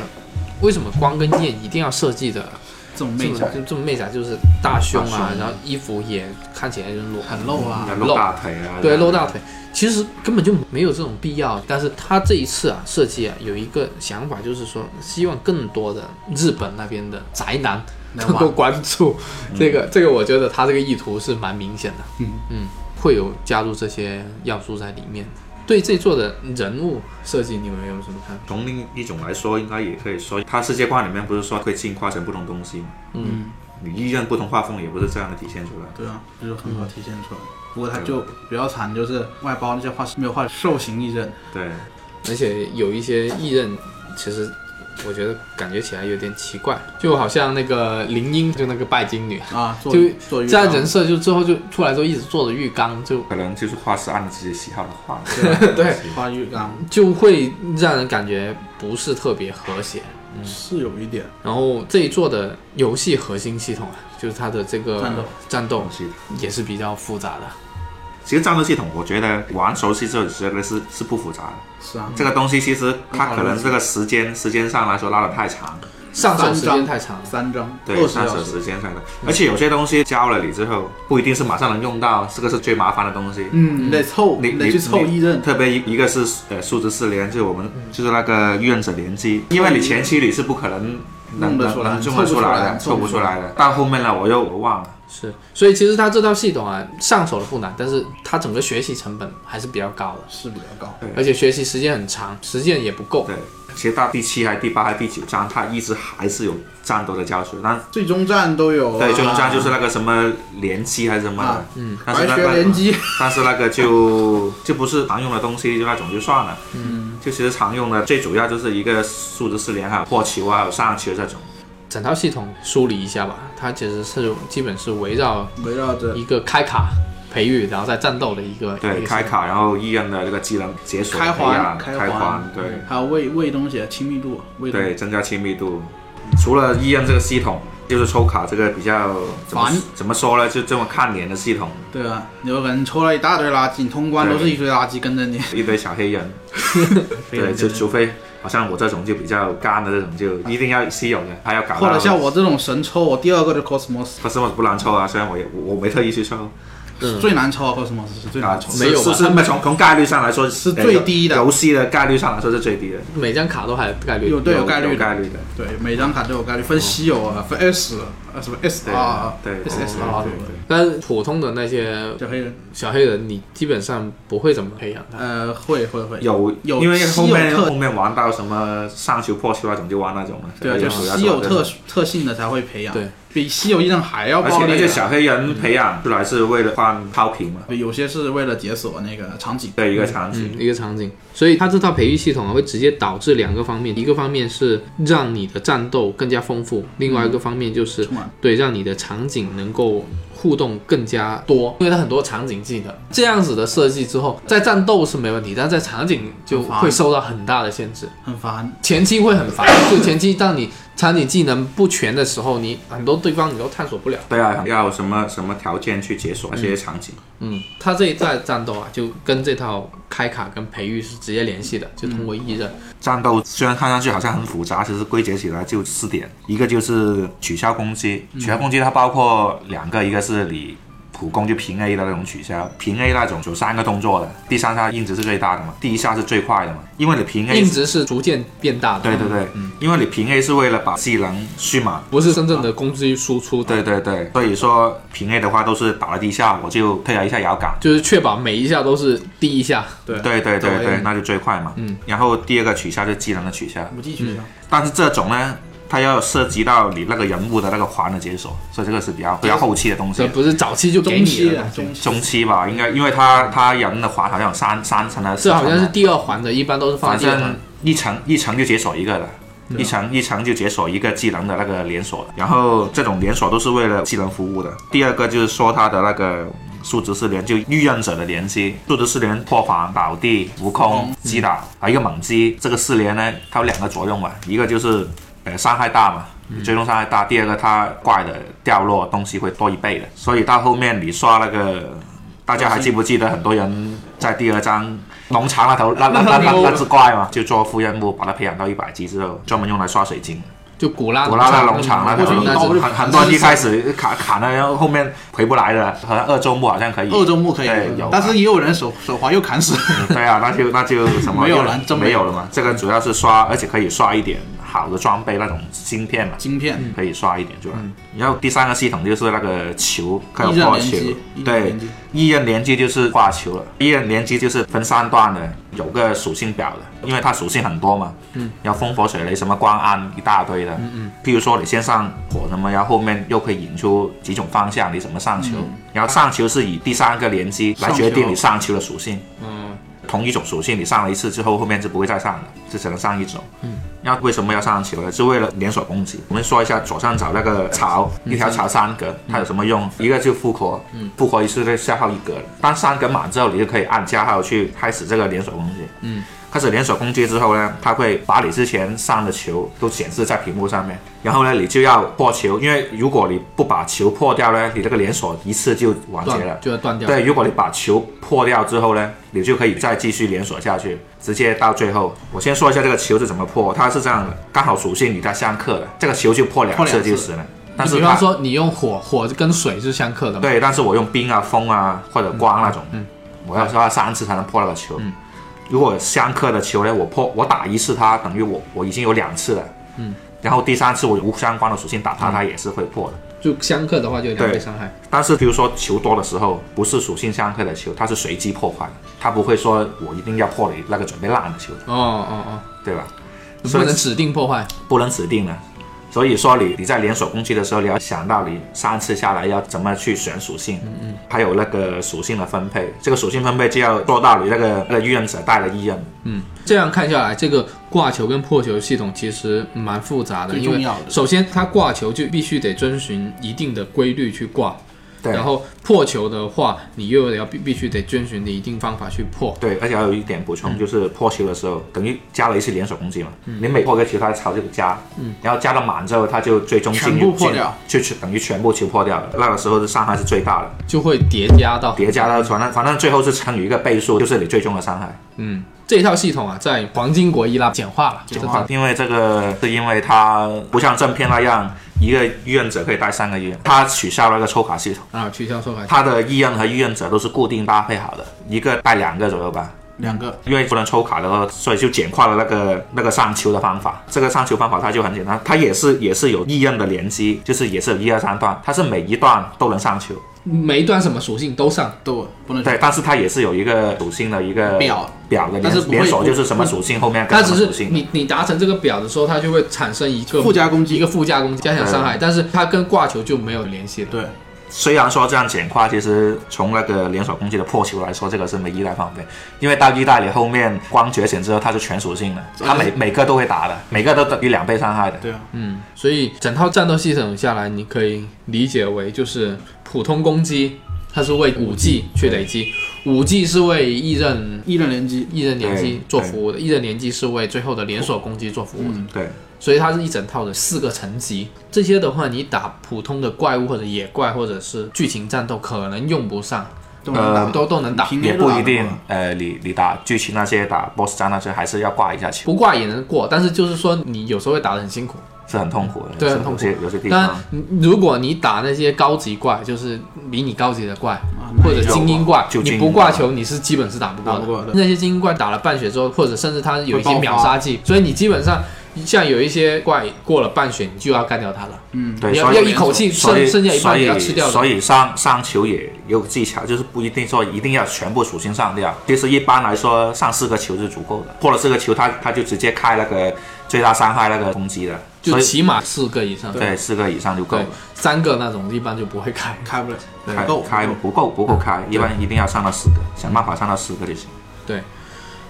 为什么光跟剑一定要设计的这种这媚么宅就这么媚宅，就是大胸大啊，胸然后衣服也看起来就是裸，很露啊，露大腿啊，对，露大腿，其实根本就没有这种必要。但是他这一次啊，设计啊，有一个想法，就是说希望更多的日本那边的宅男能能够 玩关注这个，这个我觉得他这个意图是蛮明显的，嗯嗯，会有加入这些要素在里面。对这座的人物设计，你们有什么看法？从另一种来说，应该也可以说，它世界观里面不是说会进化成不同东西吗？嗯，你意见不同画风也不是这样的体现出来。对啊，就是很好体现出来。不过他嗯就比较惨，就是外包那些画师没有画兽形一人，对，而且有一些艺人，其实我觉得感觉起来有点奇怪，就好像那个林英，就那个拜金女，啊，做就做这样人人设就之后就出来之后一直做着浴缸，就可能就是画师按自己喜好的画。 对画浴缸就会让人感觉不是特别和谐。是有一点，然后这一座的游戏核心系统啊，就是它的这个战斗战斗东西的。也是比较复杂的。其实战斗系统，我觉得玩熟悉之后，觉得是是不复杂的。是啊，这个东西其实它可很好能理解这个时间时间上来说拉得太长，上手时三间张太长了，三张对，二十上手小时，时间上的。而且有些东西教了你之后，不一定是马上能用到，这个是最麻烦的东西。嗯，你得凑，你你得去凑你一嗯刃，特别一一个是呃数值四连，就是我们就是那个预刃者联机，因为你前期你是不可能能弄得能出来能用得出来的，凑凑不不出出来来的。到后面了，我又我忘了。是，所以其实它这套系统啊，上手的不难，但是它整个学习成本还是比较高的，是比较高，对而且学习时间很长，实践也不够。对，其实到第七还是第八还是第九章，它一直还是有战斗的教学，但最终战都有啊，对最终章就是那个什么联机还是什么的啊，嗯，但是白那学个联机，但是那个就就不是常用的东西，就那种就算了。嗯，就其实常用的最主要就是一个数值四连，还有破球啊，还有上球这种。整套系统梳理一下吧，它其实是基本是围绕 围绕着一个开卡培育，然后再战斗的一个一对，个开卡，然后意愿的那个技能解锁、开培养环，哎嗯开环，对还有喂喂东西，亲密度，喂东西对，增加亲密度。除了意愿这个系统，就是抽卡这个比较怎么烦怎么说呢？就这么看脸的系统，对啊，有可能抽了一大堆垃圾，你通关对都是一堆垃圾跟着你，一堆小黑 人。对，就除非好像我这种就比较干的这种，就一定要稀有的，还要搞或到者。像我这种神抽，我第二个就 Cosmos，可是我不难抽啊，虽然我也我我没特意去抽。嗯，最难抽啊，Cosmos 是最难啊，抽是的，没有吧是是那从从概率上来说是呃最低的游戏的概率上来说是最低的，每张卡都还有概率有对概率有的，概率的，对，每张卡都有概率，分稀有啊，分 S 啊，什么 S 对 R，对 S S 哦 R，对对但是普通的那些小黑人，小黑人，你基本上不会怎么培养他。呃，会会会，有有因为后稀面有特后面玩到什么上球破球那种就玩那种了，对啊，就就是是要稀有做这种特特性的才会培养，对，比稀有异能还要而暴且那力些啊，小黑人培养出来是为了换抛屏嘛，对有些是为了解锁那个 场景，的一个场景，嗯，一个场景，所以它这套培育系统啊，会直接导致两个方面，一个方面是让你的战斗更加丰富，另外一个方面就是充满对让你的场景能够互动更加多，因为它很多场景技能，这样子的设计之后，在战斗是没问题，但在场景就很烦会受到很大的限制。很烦，前期会很烦，就前期当你场景技能不全的时候，你很多对方你都探索不了。对啊，要什么什么条件去解锁那些场景，嗯，他这一代战斗啊，就跟这套开卡跟培育是直接联系的，就通过意刃。战斗虽然看上去好像很复杂，其实归结起来就四点：一个就是取消攻击，取消攻击它包括两个，一个是你普攻就平 A 的那种取消，平 A 那种有三个动作的，第三下硬直是最大的嘛，第一下是最快的嘛，因为你平 A，硬值是逐渐变大的，对对对，因为你平 A 是为了把技能蓄满。不是真正的攻击输出，对，对对，所以说平 A 的话都是打了第一下我就退了一下摇杆，就是确保每一下都是第一下。对对对对对对，那就最快嘛。嗯，然后第二个取消就技能的取消，武器取消，但是这种呢，它要涉及到你那个人物的那个环的解锁，所以这个是比较比较后期的东这西。不是早期就给中你期了，啊，中期中期吧，应该因为它它人的环好像有三三层还是四这层好的，像是第二环的，一般都是放反在第二环正。一层一层就解锁一个的，一层一层就解锁一个技能的那个连锁，然后这种连锁都是为了技能服务的。第二个就是说它的那个。数值四连就御刃者的连击，数值四连破防、倒地、浮空、击打，还有一个猛击。这个四连呢，它有两个作用嘛，一个就是呃伤害大嘛，追踪伤害大；第二个它怪的掉落东西会多一倍的。所以到后面你刷那个，大家还记不记得很多人在第二章农场那头那那那那那只怪嘛，就做副任务，把它培养到一百级之后，专门用来刷水 晶。就古拉古拉那农场那那头，种我觉得那刀种就很很多人一开始砍砍了，然后后面回不来了，好像二周目好像可以。二周目可以嗯对哎有，啊但是也有人手手滑又砍死。对啊，那就那就什么没有了真没没有有了嘛。这个主要是刷，而且可以刷一点好的装备那种芯片嘛。晶片，可以刷一点，是吧？然后第三个系统就是那个球，可以一刃破连球击，一刃对连击，一刃连击就是挂球了，一刃连击就是分三段的，有个属性表的，因为它属性很多嘛，嗯，要风火水雷什么光暗一大堆的，嗯嗯，譬如说你先上火什么，然后后面又可以引出几种方向，你怎么上球，然后上球是以第三个连击来上决定球你上球的属性，嗯，同一种属性，你上了一次之后，后面就不会再上了，就只能上一种。嗯，那为什么要上球呢？是为了连锁攻击。我们说一下左上角那个槽，一条槽三格，它有什么用？一个就复活，复活一次就消耗一格了。当三格满之后，你就可以按加号去开始这个连锁攻击。嗯，开始连锁攻击之后呢，它会把你之前上的球都显示在屏幕上面，然后呢，你就要破球，因为如果你不把球破掉呢，你这个连锁一次就完结了断。就要断掉。对，如果你把球破掉之后呢，你就可以再继续连锁下去，直接到最后。我先说一下这个球是怎么破，它是这样的，刚好属性你在相克的，这个球就破两破两次次就死了。嗯但你是比它方说你用火，火跟水是相克的嘛？对，但是我用冰啊、风啊或者光那种，嗯我要刷三次才能破那个球。如果相克的球呢，我破我打一次它，等于我我已经有两次了。嗯然后第三次我有无相关的属性打它，它也是会破的。就相克的话就有两倍对伤害。但是比如说球多的时候，不是属性相克的球，它是随机破坏的，它不会说我一定要破你那个准备烂的球，哦哦对吧？哦，不所以能指定破坏。不能指定的。所以说你你在连锁攻击的时候，你要想到你三次下来要怎么去选属性，嗯嗯，还有那个属性的分配，这个属性分配就要做到你那个那个预刃者带了预刃，这样看下来，这个挂球跟破球系统其实蛮复杂的，最因重为要的首先它挂球就必须得遵循一定的规律去挂，对然后破球的话，你又得要必必须得遵循的一定方法去破。对，而且还有一点补嗯充，就是破球的时候，等于加了一次连锁攻击嘛，你每破一个球，它的槽就加，然后加到满之后，它就最终进入全部破进掉，就全等于全部球破掉了，那个时候的伤害是最大的，就会叠加到叠加到反正反正最后是乘以一个倍数，就是你最终的伤害。嗯，这一套系统啊，在黄金国一啦简化了，简化了因为这个是因为它不像正片那样，一个预刃者可以带三个预刃，它取消了那个抽卡系统，啊，取消说法。它的预刃和预刃者都是固定搭配好的，一个带两个左右吧。两个因为不能抽卡的话，所以就简化了那个那个上球的方法。这个上球方法它就很简单，它也是也是有异刃的连击，就是也是有一二三段，它是每一段都能上球。每一段什么属性都上，都不能对，但是它也是有一个属性的一个表表的但是连不会连锁，就是什么属性后面它跟什只么属是性。你你达成这个表的时候，它就会产生一个附加攻一击个，附加攻击加强伤害，但是它跟挂球就没有联系了。对，虽然说这样简化，其实从那个连锁攻击的破球来说，这个是没一代方便，因为到一代你后面光觉醒之后，它是全属性的，它每每个都会打的，每个都等于两倍伤害的。对啊，嗯，所以整套战斗系统下来，你可以理解为就是普通攻击，它是为武技去累积，武技是为一刃一刃连击，一刃连击对嗯做服务的，一刃连击是为最后的连锁攻击做服务的，对，所以它是一整套的四个层级。这些的话，你打普通的怪物或者野怪或者是剧情战斗可能用不上，都能呃打，都都能打，平也均不都打一得定过。呃，你你打剧情那些打 boss 战那些，还是要挂一下球，不挂也能过，但是就是说你有时候会打得很辛苦。是很痛苦的。对是很痛苦有些有些地但方。如果你打那些高级怪，就是比你高级的怪啊或者精英怪，就你精英不挂球你是基本是打不过打不过的的。那些精英怪打了半血之后，或者甚至它有一些会爆发秒杀技，所以你基本上像有一些怪过了半血，你就要干掉它了。嗯，对，你要所以要一口气所以剩剩下一所半以你要吃掉的所以上上球也有技巧，就是不一定说一定要全部属性上掉。其实一般来说，上四个球是足够的，破了四个球，他他就直接开那个最大伤害那个攻击的，就所以起码四个以上，对四个以上就够对了，，三个那种一般就不会开。开不了，对开够开不够不够开，一般一定要上到十个，想办法上到十个就行。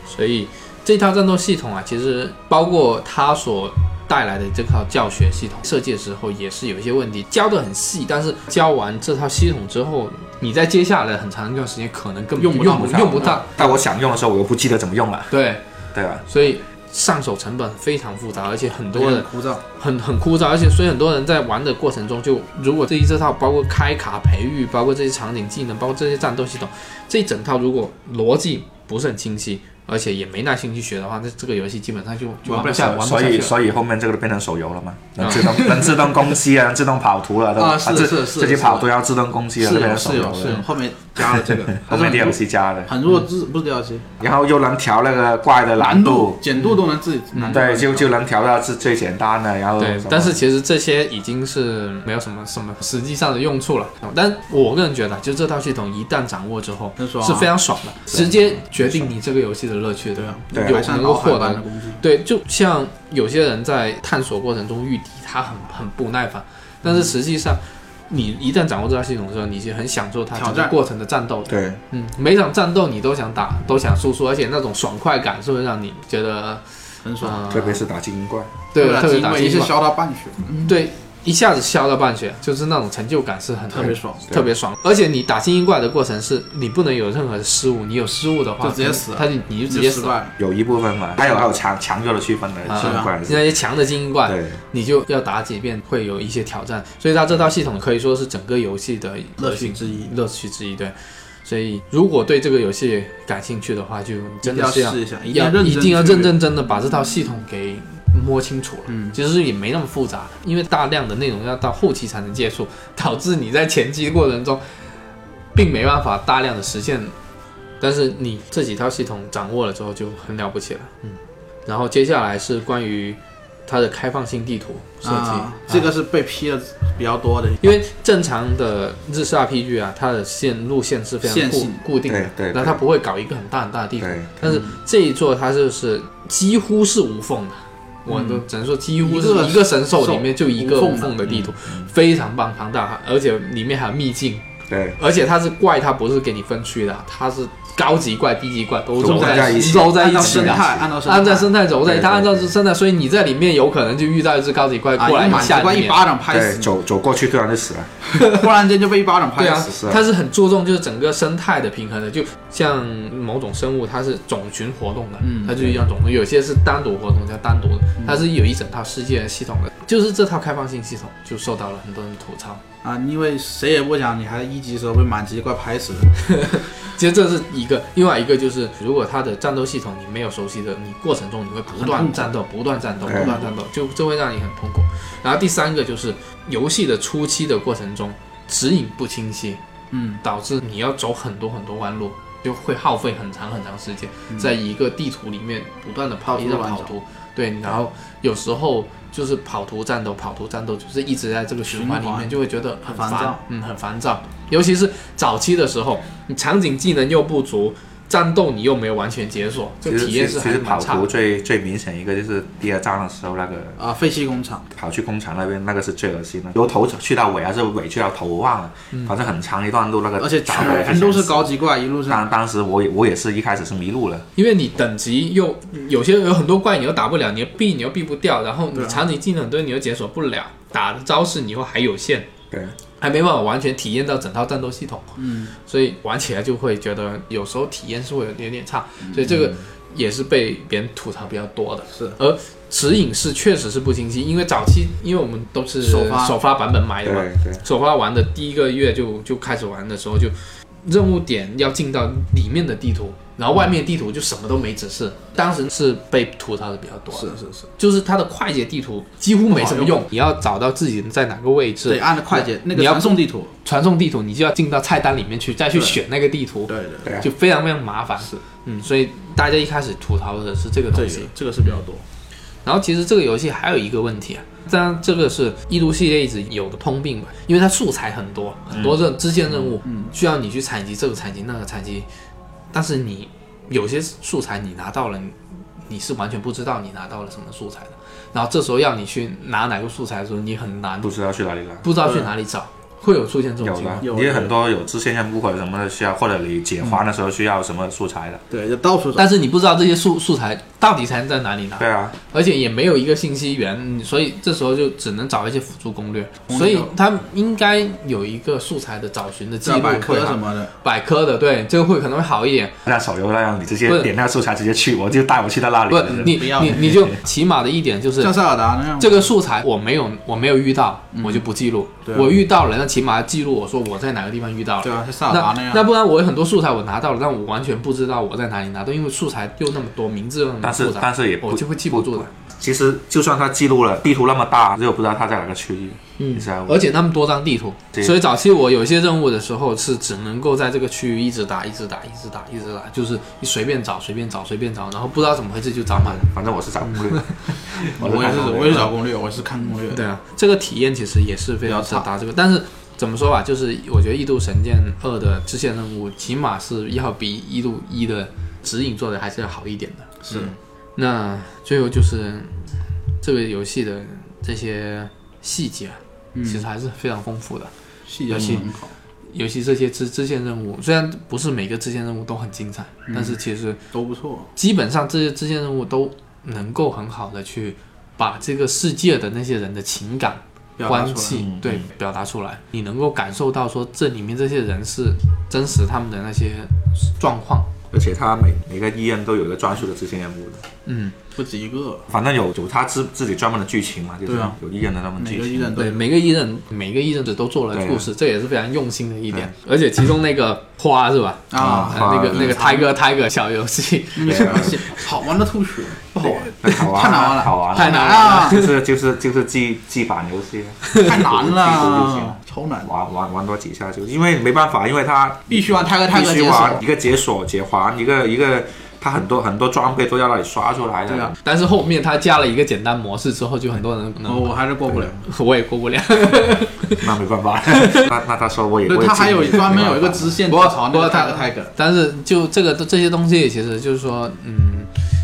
所以这套战斗系统啊，其实包括它所带来的这套教学系统设计的时候，也是有一些问题，教得很细，但是教完这套系统之后，你在接下来很长一段时间可能根本用不用到不用不到，但我想用的时候，我又不记得怎么用了，对，对吧？所以上手成本非常复杂，而且很多人很枯燥，很很枯燥，而且所以很多人在玩的过程中就，如果对于这套包括开卡培育，包括这些场景技能，包括这些战斗系统，这一整套如果逻辑不是很清晰，而且也没耐心去学的话，那这个游戏基本上就就玩玩不不下下玩不呃所下去以了。所以后面这个就变成手游了嘛，能啊自 动能自动攻击啊，能自动跑图了，都啊是自是是自己是跑图要自动攻是击啊，就变有成是手游有是了。有，后面加了这 个，后面 DLC 加的，很弱智，不是 DLC，啊然后又能调那个怪的难嗯度，嗯简度都能自己难度对，就就能调到是最简单的，然嗯后对什么，但是其实这些已经是没有什么什么实际上的用处了。但我个人觉得，就这套系统一旦掌握之后，很爽啊是非常爽的，直接决定你这个游戏的乐趣的对。啊，对有改善能脑够海获般得的攻击，对，就像有些人在探索过程中遇敌，他很很不耐烦，但嗯是实际上。你一旦掌握这套系统之后，你就很享受它挑整个战过程的战斗。对嗯，每场战斗你都想打，都想输出，而且那种爽快感是会让你觉得，很爽，呃，特别是打精英怪，对啊特别因打为一击下嘛嗯削到半血，对，一下子削到半血，就是那种成就感是很特别爽，特别爽。而且你打精英怪的过程是你不能有任何的失误，你有失误的话，就直接死了他就你就直就接死失了。败了，有一部分嘛，还有还有强强弱的区分的啊精英怪，那些强的精英怪，对你就要打几遍，会有一些挑战。所以它这套系统可以说是整个游戏的乐趣之一，乐趣之一。对，所以如果对这个游戏感兴趣的话，就真的一是定要要试一下，一定要要认一真，定要认，认真的把这套系统给摸清楚了。嗯，其实也没那么复杂，因为大量的内容要到后期才能接触，导致你在前期过程中并没办法大量的实现。但是你这几套系统掌握了之后就很了不起了，嗯。然后接下来是关于它的开放性地图设计，啊，这啊个是被批的比较多的，因为正常的日式 RPG 啊，它的线路线是非常线固性固定的对，对然后它不会搞一个很大很大的地图，对，但是这一座它就是几乎是无缝的，我都只能说几乎是一个嗯一个神兽里面就一个无缝的嗯地图，非常棒庞大，而且里面还有秘境，对，而且它是怪，它不是给你分区的，它是高级怪、低级怪都揉在在一起揉在按一照起生的。态，按照生态，按照生态揉在一起，对它按照对对生态，所以你在里面有可能就遇到一只高级怪啊过来一满吓关你一一巴掌拍对，死走走过去突然就死了，你，忽然间就被一巴掌拍对啊死，是，啊它是很注重就是整个生态的平衡的，就像某种生物它是种群活动的，嗯它就是一样种群，有些是单独活动叫单独的，它是有一整套世界系统的，就是这套开放性系统就受到了很多人吐槽。啊，因为谁也不想你还一级时候被满级怪拍死，其实这是一个，另外一个就是，如果它的战斗系统你没有熟悉的，你过程中你会不断很痛苦战斗、不断战斗、不对断战斗，就这会让你很痛苦。然后第三个就是游戏的初期的过程中指引不清晰，嗯，导致你要走很多很多弯路，就会耗费很长很长时间，嗯在一个地图里面不断的跑，到处一直乱跑找图，对，然后有时候就是跑图战斗，跑图战斗，就是一直在这个循环里循面，环就会觉得很很烦烦躁，嗯，很烦躁。尤其是早期的时候，你场景技能又不足，战斗你又没有完全解锁，就其实体验其是还实其是实蛮跑差图的。最最明显一个就是第二章的时候那个啊，废弃工厂，跑去工厂那边，那个是最恶心的，由头去到尾还是尾去到头，我忘了，反正很长一段路那个，而且全都是。高级怪，一路上当当时我也我也是一开始是迷路了，因为你等级又有些有很多怪你又打不了，你又避你又避不掉，然后你嗯对啊场景技能很多你又解锁不了，打的招式你又还有限，对，还没办法完全体验到整套战斗系统，嗯，所以玩起来就会觉得有时候体验是会有点点差，所以这个也是被别人吐槽比较多的。嗯是而指引是确实是不清晰，因为早期因为我们都是首发首发版本买对的嘛，对首发玩的第一个月就就开始玩的时候就。任务点要进到里面的地图，然后外面地图就什么都没指示，当时是被吐槽的比较多的。是是是，就是它的快捷地图几乎没什么不好用，你要找到自己在哪个位置得，按照快捷那个你要传送地图，传送地图，你就要进到菜单里面去，再去对选那个地图，对对，对啊，就非常非常麻烦。是嗯，所以大家一开始吐槽的是这个这东西个。这个是比较多，然后其实这个游戏还有一个问题啊，当然这个是异度系列一直有的通病吧，因为它素材很多，很多任支线任务需要你去采集这个采集那个采集，但是你有些素材你拿到了，你你是完全不知道你拿到了什么素材的。然后这时候要你去拿哪个素材的时候，你很难不知道去哪里了。不知道去哪里找，会有出现这种有情的，况。有你也的很多有支线任务或者什么的需要，或者你解环的时候需要什么素材的。对，就到处找。但是你不知道这些素素材到底才在哪里拿，对啊，而且也没有一个信息源，嗯所以这时候就只能找一些辅助攻略。嗯所以它应该有一个素材的找寻的记这录，百科会啊好什么的，百科的，对，这个会可能会好一点。像手游那样，你直不是接点那个素材直接去，我就带我去到那里。不，嗯你不要你你就起码的一点就是像塞尔达那样。这个素材我没有我没有遇到，我就不记录。对啊我遇到了，那起码记录我说我在哪个地方遇到了。对啊，像塞尔达那那样。那不然我有很多素材我拿到了，但我完全不知道我在哪里拿到，因为素材又那么多，名字又那么但是复杂，但是也不我就会记不住的。其实就算它记录了地图那么大，又不知道它在哪个区嗯域。你知道吗而且他们多张地图，对所以早期我有一些任务的时候是只能够在这个区域一直打、一直打、一直打、一直打，就是你随便找、随便找、随便找，然后不知道怎么回事就找满了。反正我是找攻略，我也看是，攻略我也是找攻略，我也是看攻略。对啊，这个体验其实也是非常比较值差得这个，但是怎么说吧，就是我觉得《异度神剑二》的支线任务起码是要比《异度一》的指引做的还是要好一点的。嗯是那最后就是这个游戏的这些细节啊，嗯其实还是非常丰富的。细尤节其是很好。尤其这些支支线任务，虽然不是每个支线任务都很精彩，嗯但是其实都不错。基本上这些支线任务都能够很好的去把这个世界的那些人的情感表达关出来系嗯对表达出来，你能够感受到说这里面这些人是真实他们的那些状况，而且它每每个医院都有一个专属的支线任务的，嗯，不止一个，反正有有它自自己专门的剧情嘛，就是对啊有医院的专门每剧个医情。院都对，每个艺人每个艺人只都做了对啊故事，嗯这也是非常用心的一点，而且其中那个花是吧？啊啊，呃那个花那个 Tiger Tiger 小游戏，那对啊个好玩的吐血，不好玩，那好玩，太难玩了好玩，太难了就是就是就是记记板游戏，太 难地图就行了，超难，玩玩玩多几下就，因为没办法，因为它必须玩泰格泰必格须解锁玩。一个解锁解环，一个一个，它很多很多装备都要让你刷出来的。对啊但是后面他加了一个简单模式之后，就很多人我能，我还是过不了。我也过不了。那没办 法，那那他说我也对，会。他还有专门有一个支线吐槽那不过个他泰格泰格，但是就这个这些东西，其实就是说，嗯，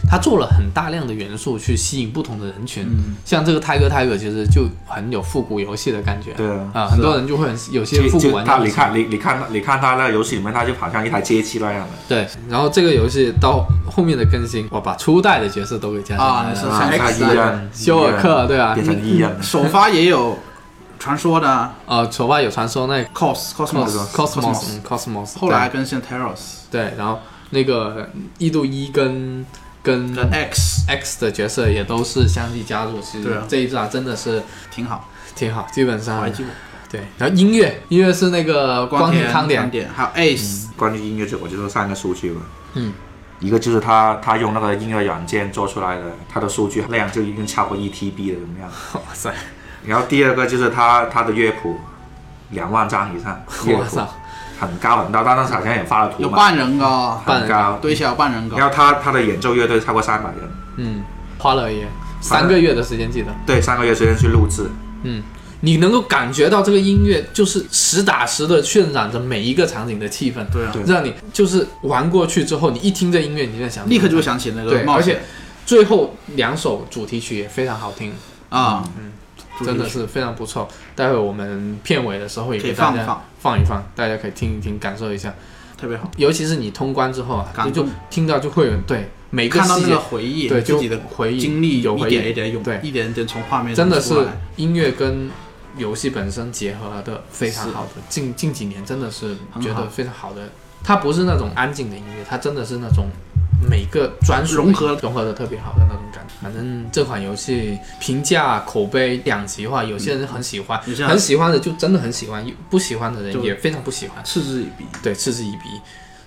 他做了很大量的元素去吸引不同的人群。嗯像这个泰格泰格，其实就很有复古游戏的感觉。对啊啊，很多人就会很有些就复古就玩他，家你看你你看你看他那个游戏里面，他就好像一台街机那样的。对。然后这个游戏到后面的更新，我把初代的角色都给加上来啊是了，啊，像他 X 医一院样，休尔克对啊变成医院， 首发也有传说的呃，首发有传说那 Cos Cosmos Cosmos 嗯 Cosmos，后来更新 Terros 对，对然后那个异度一跟跟跟 X X 的角色也都是相继加入，其对实啊这一把真的是挺好，挺好，基本我上还记得。对。然后音乐，音乐是那个嗯光田田康典典，典，还有 Ace，关于音乐就我就说三个数据吧。嗯。一个就是他，他用那个音乐软件做出来的，他的数据量就已经超过一 TB 了，怎么样？哇 塞，然后第二个就是他他的乐谱，两万张以上，乐哇谱塞，很高很高，当时好像也发了图有嘛，半人高，半很高。嗯对啊小半人高然，后他他的演奏乐队超过三百人，嗯，花了也三个月的时间记得，对，三个月时间去录制，嗯。你能够感觉到这个音乐就是实打实的渲染着每一个场景的气氛，对啊，对让你就是玩过去之后，你一听这音乐，你就在想，立刻就会想起那个对冒而险且最后两首主题曲也非常好听，啊，嗯主题真的曲是非常不错。待会我们片尾的时候也可以给大放一家放，放一放，大家可以听一听，感受一下。特别好。尤其是你通关之后啊，感就动就听到就会有对每个看到细那节个，回忆，对，就自己的回忆经历有一回点忆，一点涌，对一点一点从画面真的中出是来音乐跟游戏本身结合的非常是好的。近近几年真的是很觉得好非常好的，它不是那种安静的音乐，它真的是那种。每个专属的融合融合的特别好的那种感觉，反正这款游戏评价口碑两极化，有些人很喜欢，嗯有些人很喜欢的就真的很喜欢，不喜欢的人就也非常不喜欢。嗤之以鼻，对，嗤之以鼻。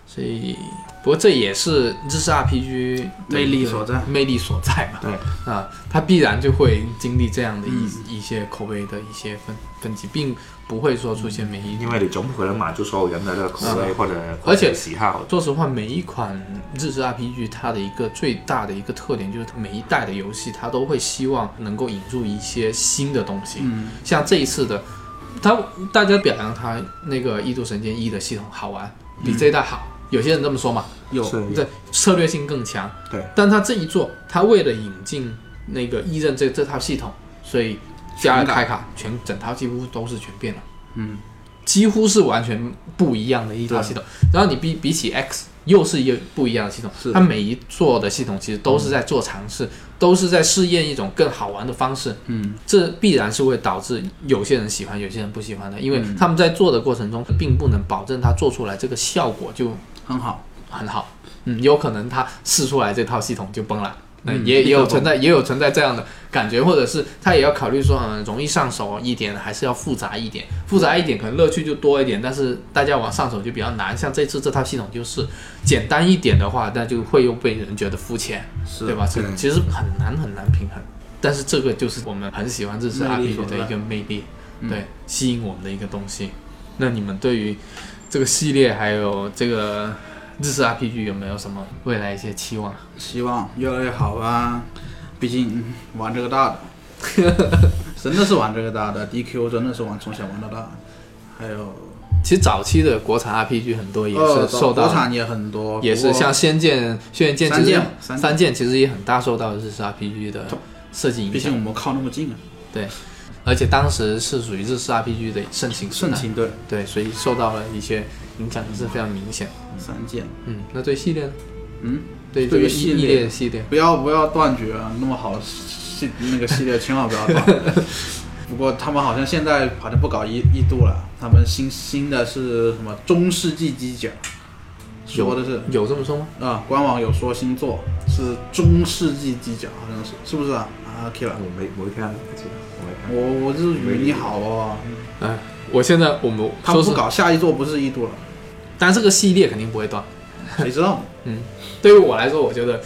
所以，不过这也是日式 RPG 的魅力一个所在魅力所在嘛。对啊，它必然就会经历这样的一、嗯一些口碑的一些分分歧，并不会说出现嗯每一因为你总不可能满足所有人的那个口味或者嗯而且或者喜好。说实话，每一款日式 RPG 它的一个最大的一个特点就是，它每一代的游戏它都会希望能够引入一些新的东西。嗯，像这一次的，嗯它大家表扬它那个《异度神剑一》的系统好玩，比这一代好，有些人这么说嘛，有是对，策略性更强。对，但他这一做，他为了引进那个一任这这套系统，所以加了开卡，全整套几乎都是全变了。嗯，几乎是完全不一样的一套系统。然后你比比起 X 又是一个不一样的系统是，它每一做的系统其实都是在做尝试，都是在试验一种更好玩的方式。嗯，这必然是会导致有些人喜欢，有些人不喜欢的，因为嗯他们在做的过程中，并不能保证他做出来这个效果就很好，很好。嗯，有可能他试出来这套系统就崩了。嗯，嗯也也有立刻崩存在，也有存在这样的感觉，或者是他也要考虑说，嗯，容易上手一点，还是要复杂一点，复杂一点可能乐趣就多一点，但是大家往上手就比较难。像这次这套系统就是简单一点的话，那就会又被人觉得肤浅，是对吧？这对其实很难很难平衡，但是这个就是我们很喜欢这次魅力 RPG 所的在一个魅力，嗯对，吸引我们的一个东西。那你们对于这个系列还有这个日式 RPG 有没有什么未来一些期望？希望越来越好吧。毕竟玩这个大的，真的是玩这个大的，DQ 真的是玩从小玩到大。还有，其实早期的国产 RPG 很多也呃是受到，国产也很多，也是不过像《仙剑》《轩辕剑》其实三剑三剑三剑其实也很大受到日式 RPG 的设计影毕竟响我，们靠那么近啊，而且当时是属于日式 RPG 的盛行时盛代，行对对，所以受到了一些影响是非常明显。三剑，嗯，那对系列呢？嗯，对这对于个系系列列系列，不要不要断绝啊，那么好的系那个系列千万不要断。 不过他们好像现在好像不搞一一度了，他们新新的是什么中世纪机甲，说的是有这么说吗？啊、官网有说新作是中世纪机甲，好像是是不是啊？啊，Kira，我没我没看，不知道我没看。我我就是与你好哦，哎，我现在我们他说们是不，搞下一座不是一度了，但这个系列肯定不会断。谁知道呢？对于我来说，我觉得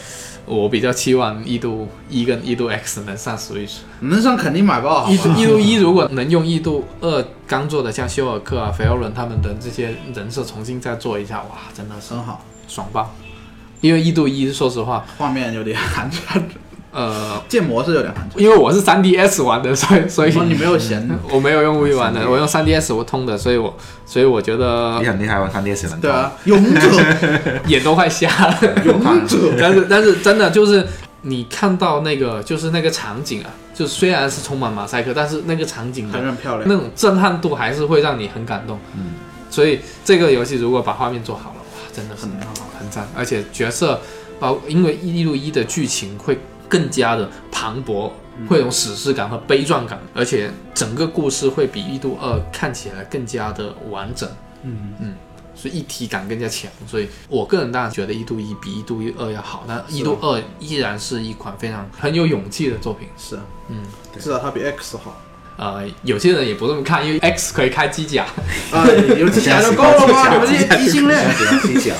我比较期望一度一跟一度 X 能上 Switch。能嗯上肯定买爆，好啊一度吧？一度一如果能用一度二刚做的像休尔克啊、菲欧伦他们的这些人设重新再做一下，哇，真的是很好，爽爆！因为一度一，说实话，画面有点寒碜，呃，建模是有点寒碜。因为我是 3DS 玩的，所以所以说你没有闲， 我没有用 Wii 玩的，我用 3DS 我通的，所以我所以我觉得你很厉害玩三 DS 能对啊，勇者， 眼都快瞎了。 勇者， 但是但是真的就是你看到那个就是那个场景啊，就虽然是充满马赛克，但是那个场景还的是很漂亮。那种震撼度还是会让你很感动。嗯，所以这个游戏如果把画面做好了，哇，真的是很好很赞，而且角色包因为一路一的剧情会更加的磅礴。会有史诗感和悲壮感，而且整个故事会比《一度二》看起来更加的完整。嗯，所以一体感更加强。所以我个人当然觉得一度一比一度二要好，但一度二依然是一款非常很有勇气的作品。是啊，嗯，至少它比 X 好呃，有些人也不这么看，因为 X 可以开机甲，啊，有机甲就够了吧？我这些异 性恋，心 想，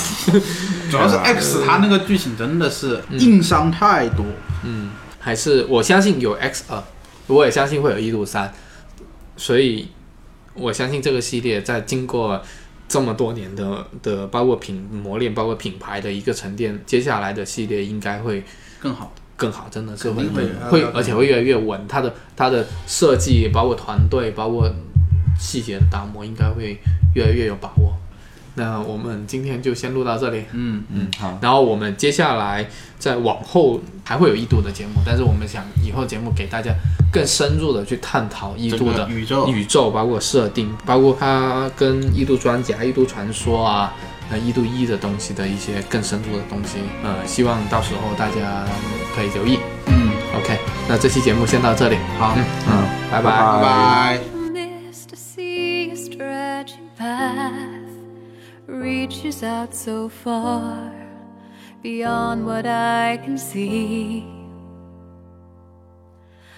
主要是 X 它那个剧情真的是硬伤太多，嗯，还是我相信有 X 二，我也相信会有一度三，所以我相信这个系列在经过。这么多年的的，包括品磨练，包括品牌的一个沉淀，接下来的系列应该会更好。更好，真的是肯定会稳啊会要，更而且会越来越稳。它的它的设计，包括团队，包括细节的打磨，应该会越来越有把握。那我们今天就先录到这里，嗯，嗯，好，然后我们接下来在往后还会有一度的节目，但是我们想以后节目给大家更深入的去探讨一整度个的宇宙，宇宙，包括设定，包括它跟异度专家、异度传说啊，呃，异度一的东西的一些更深入的东西，呃，希望到时候大家可以留意。嗯， OK，那这期节目先到这里，好，嗯，拜拜拜拜拜拜。 mist I see a stretching path reaches out so far beyond what I can see.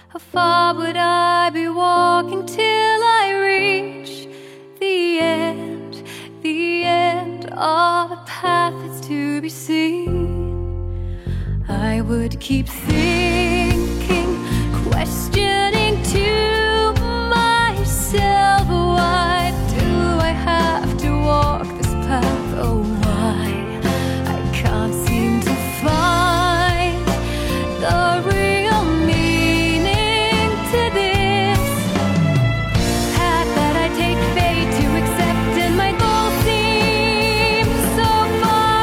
How far would I be walking till I reach the end, the end of a path that's to be seen? I would keep thinking, questioning to myself, why do I have to walk this path? Oh, why? I can't seem to find the real meaning to this path that I take fate to accept, and my goal seems so far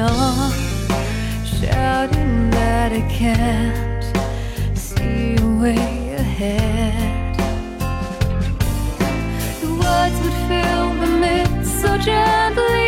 Oh, shouting that I can't see a way ahead. The words would fill the mist so gently oh.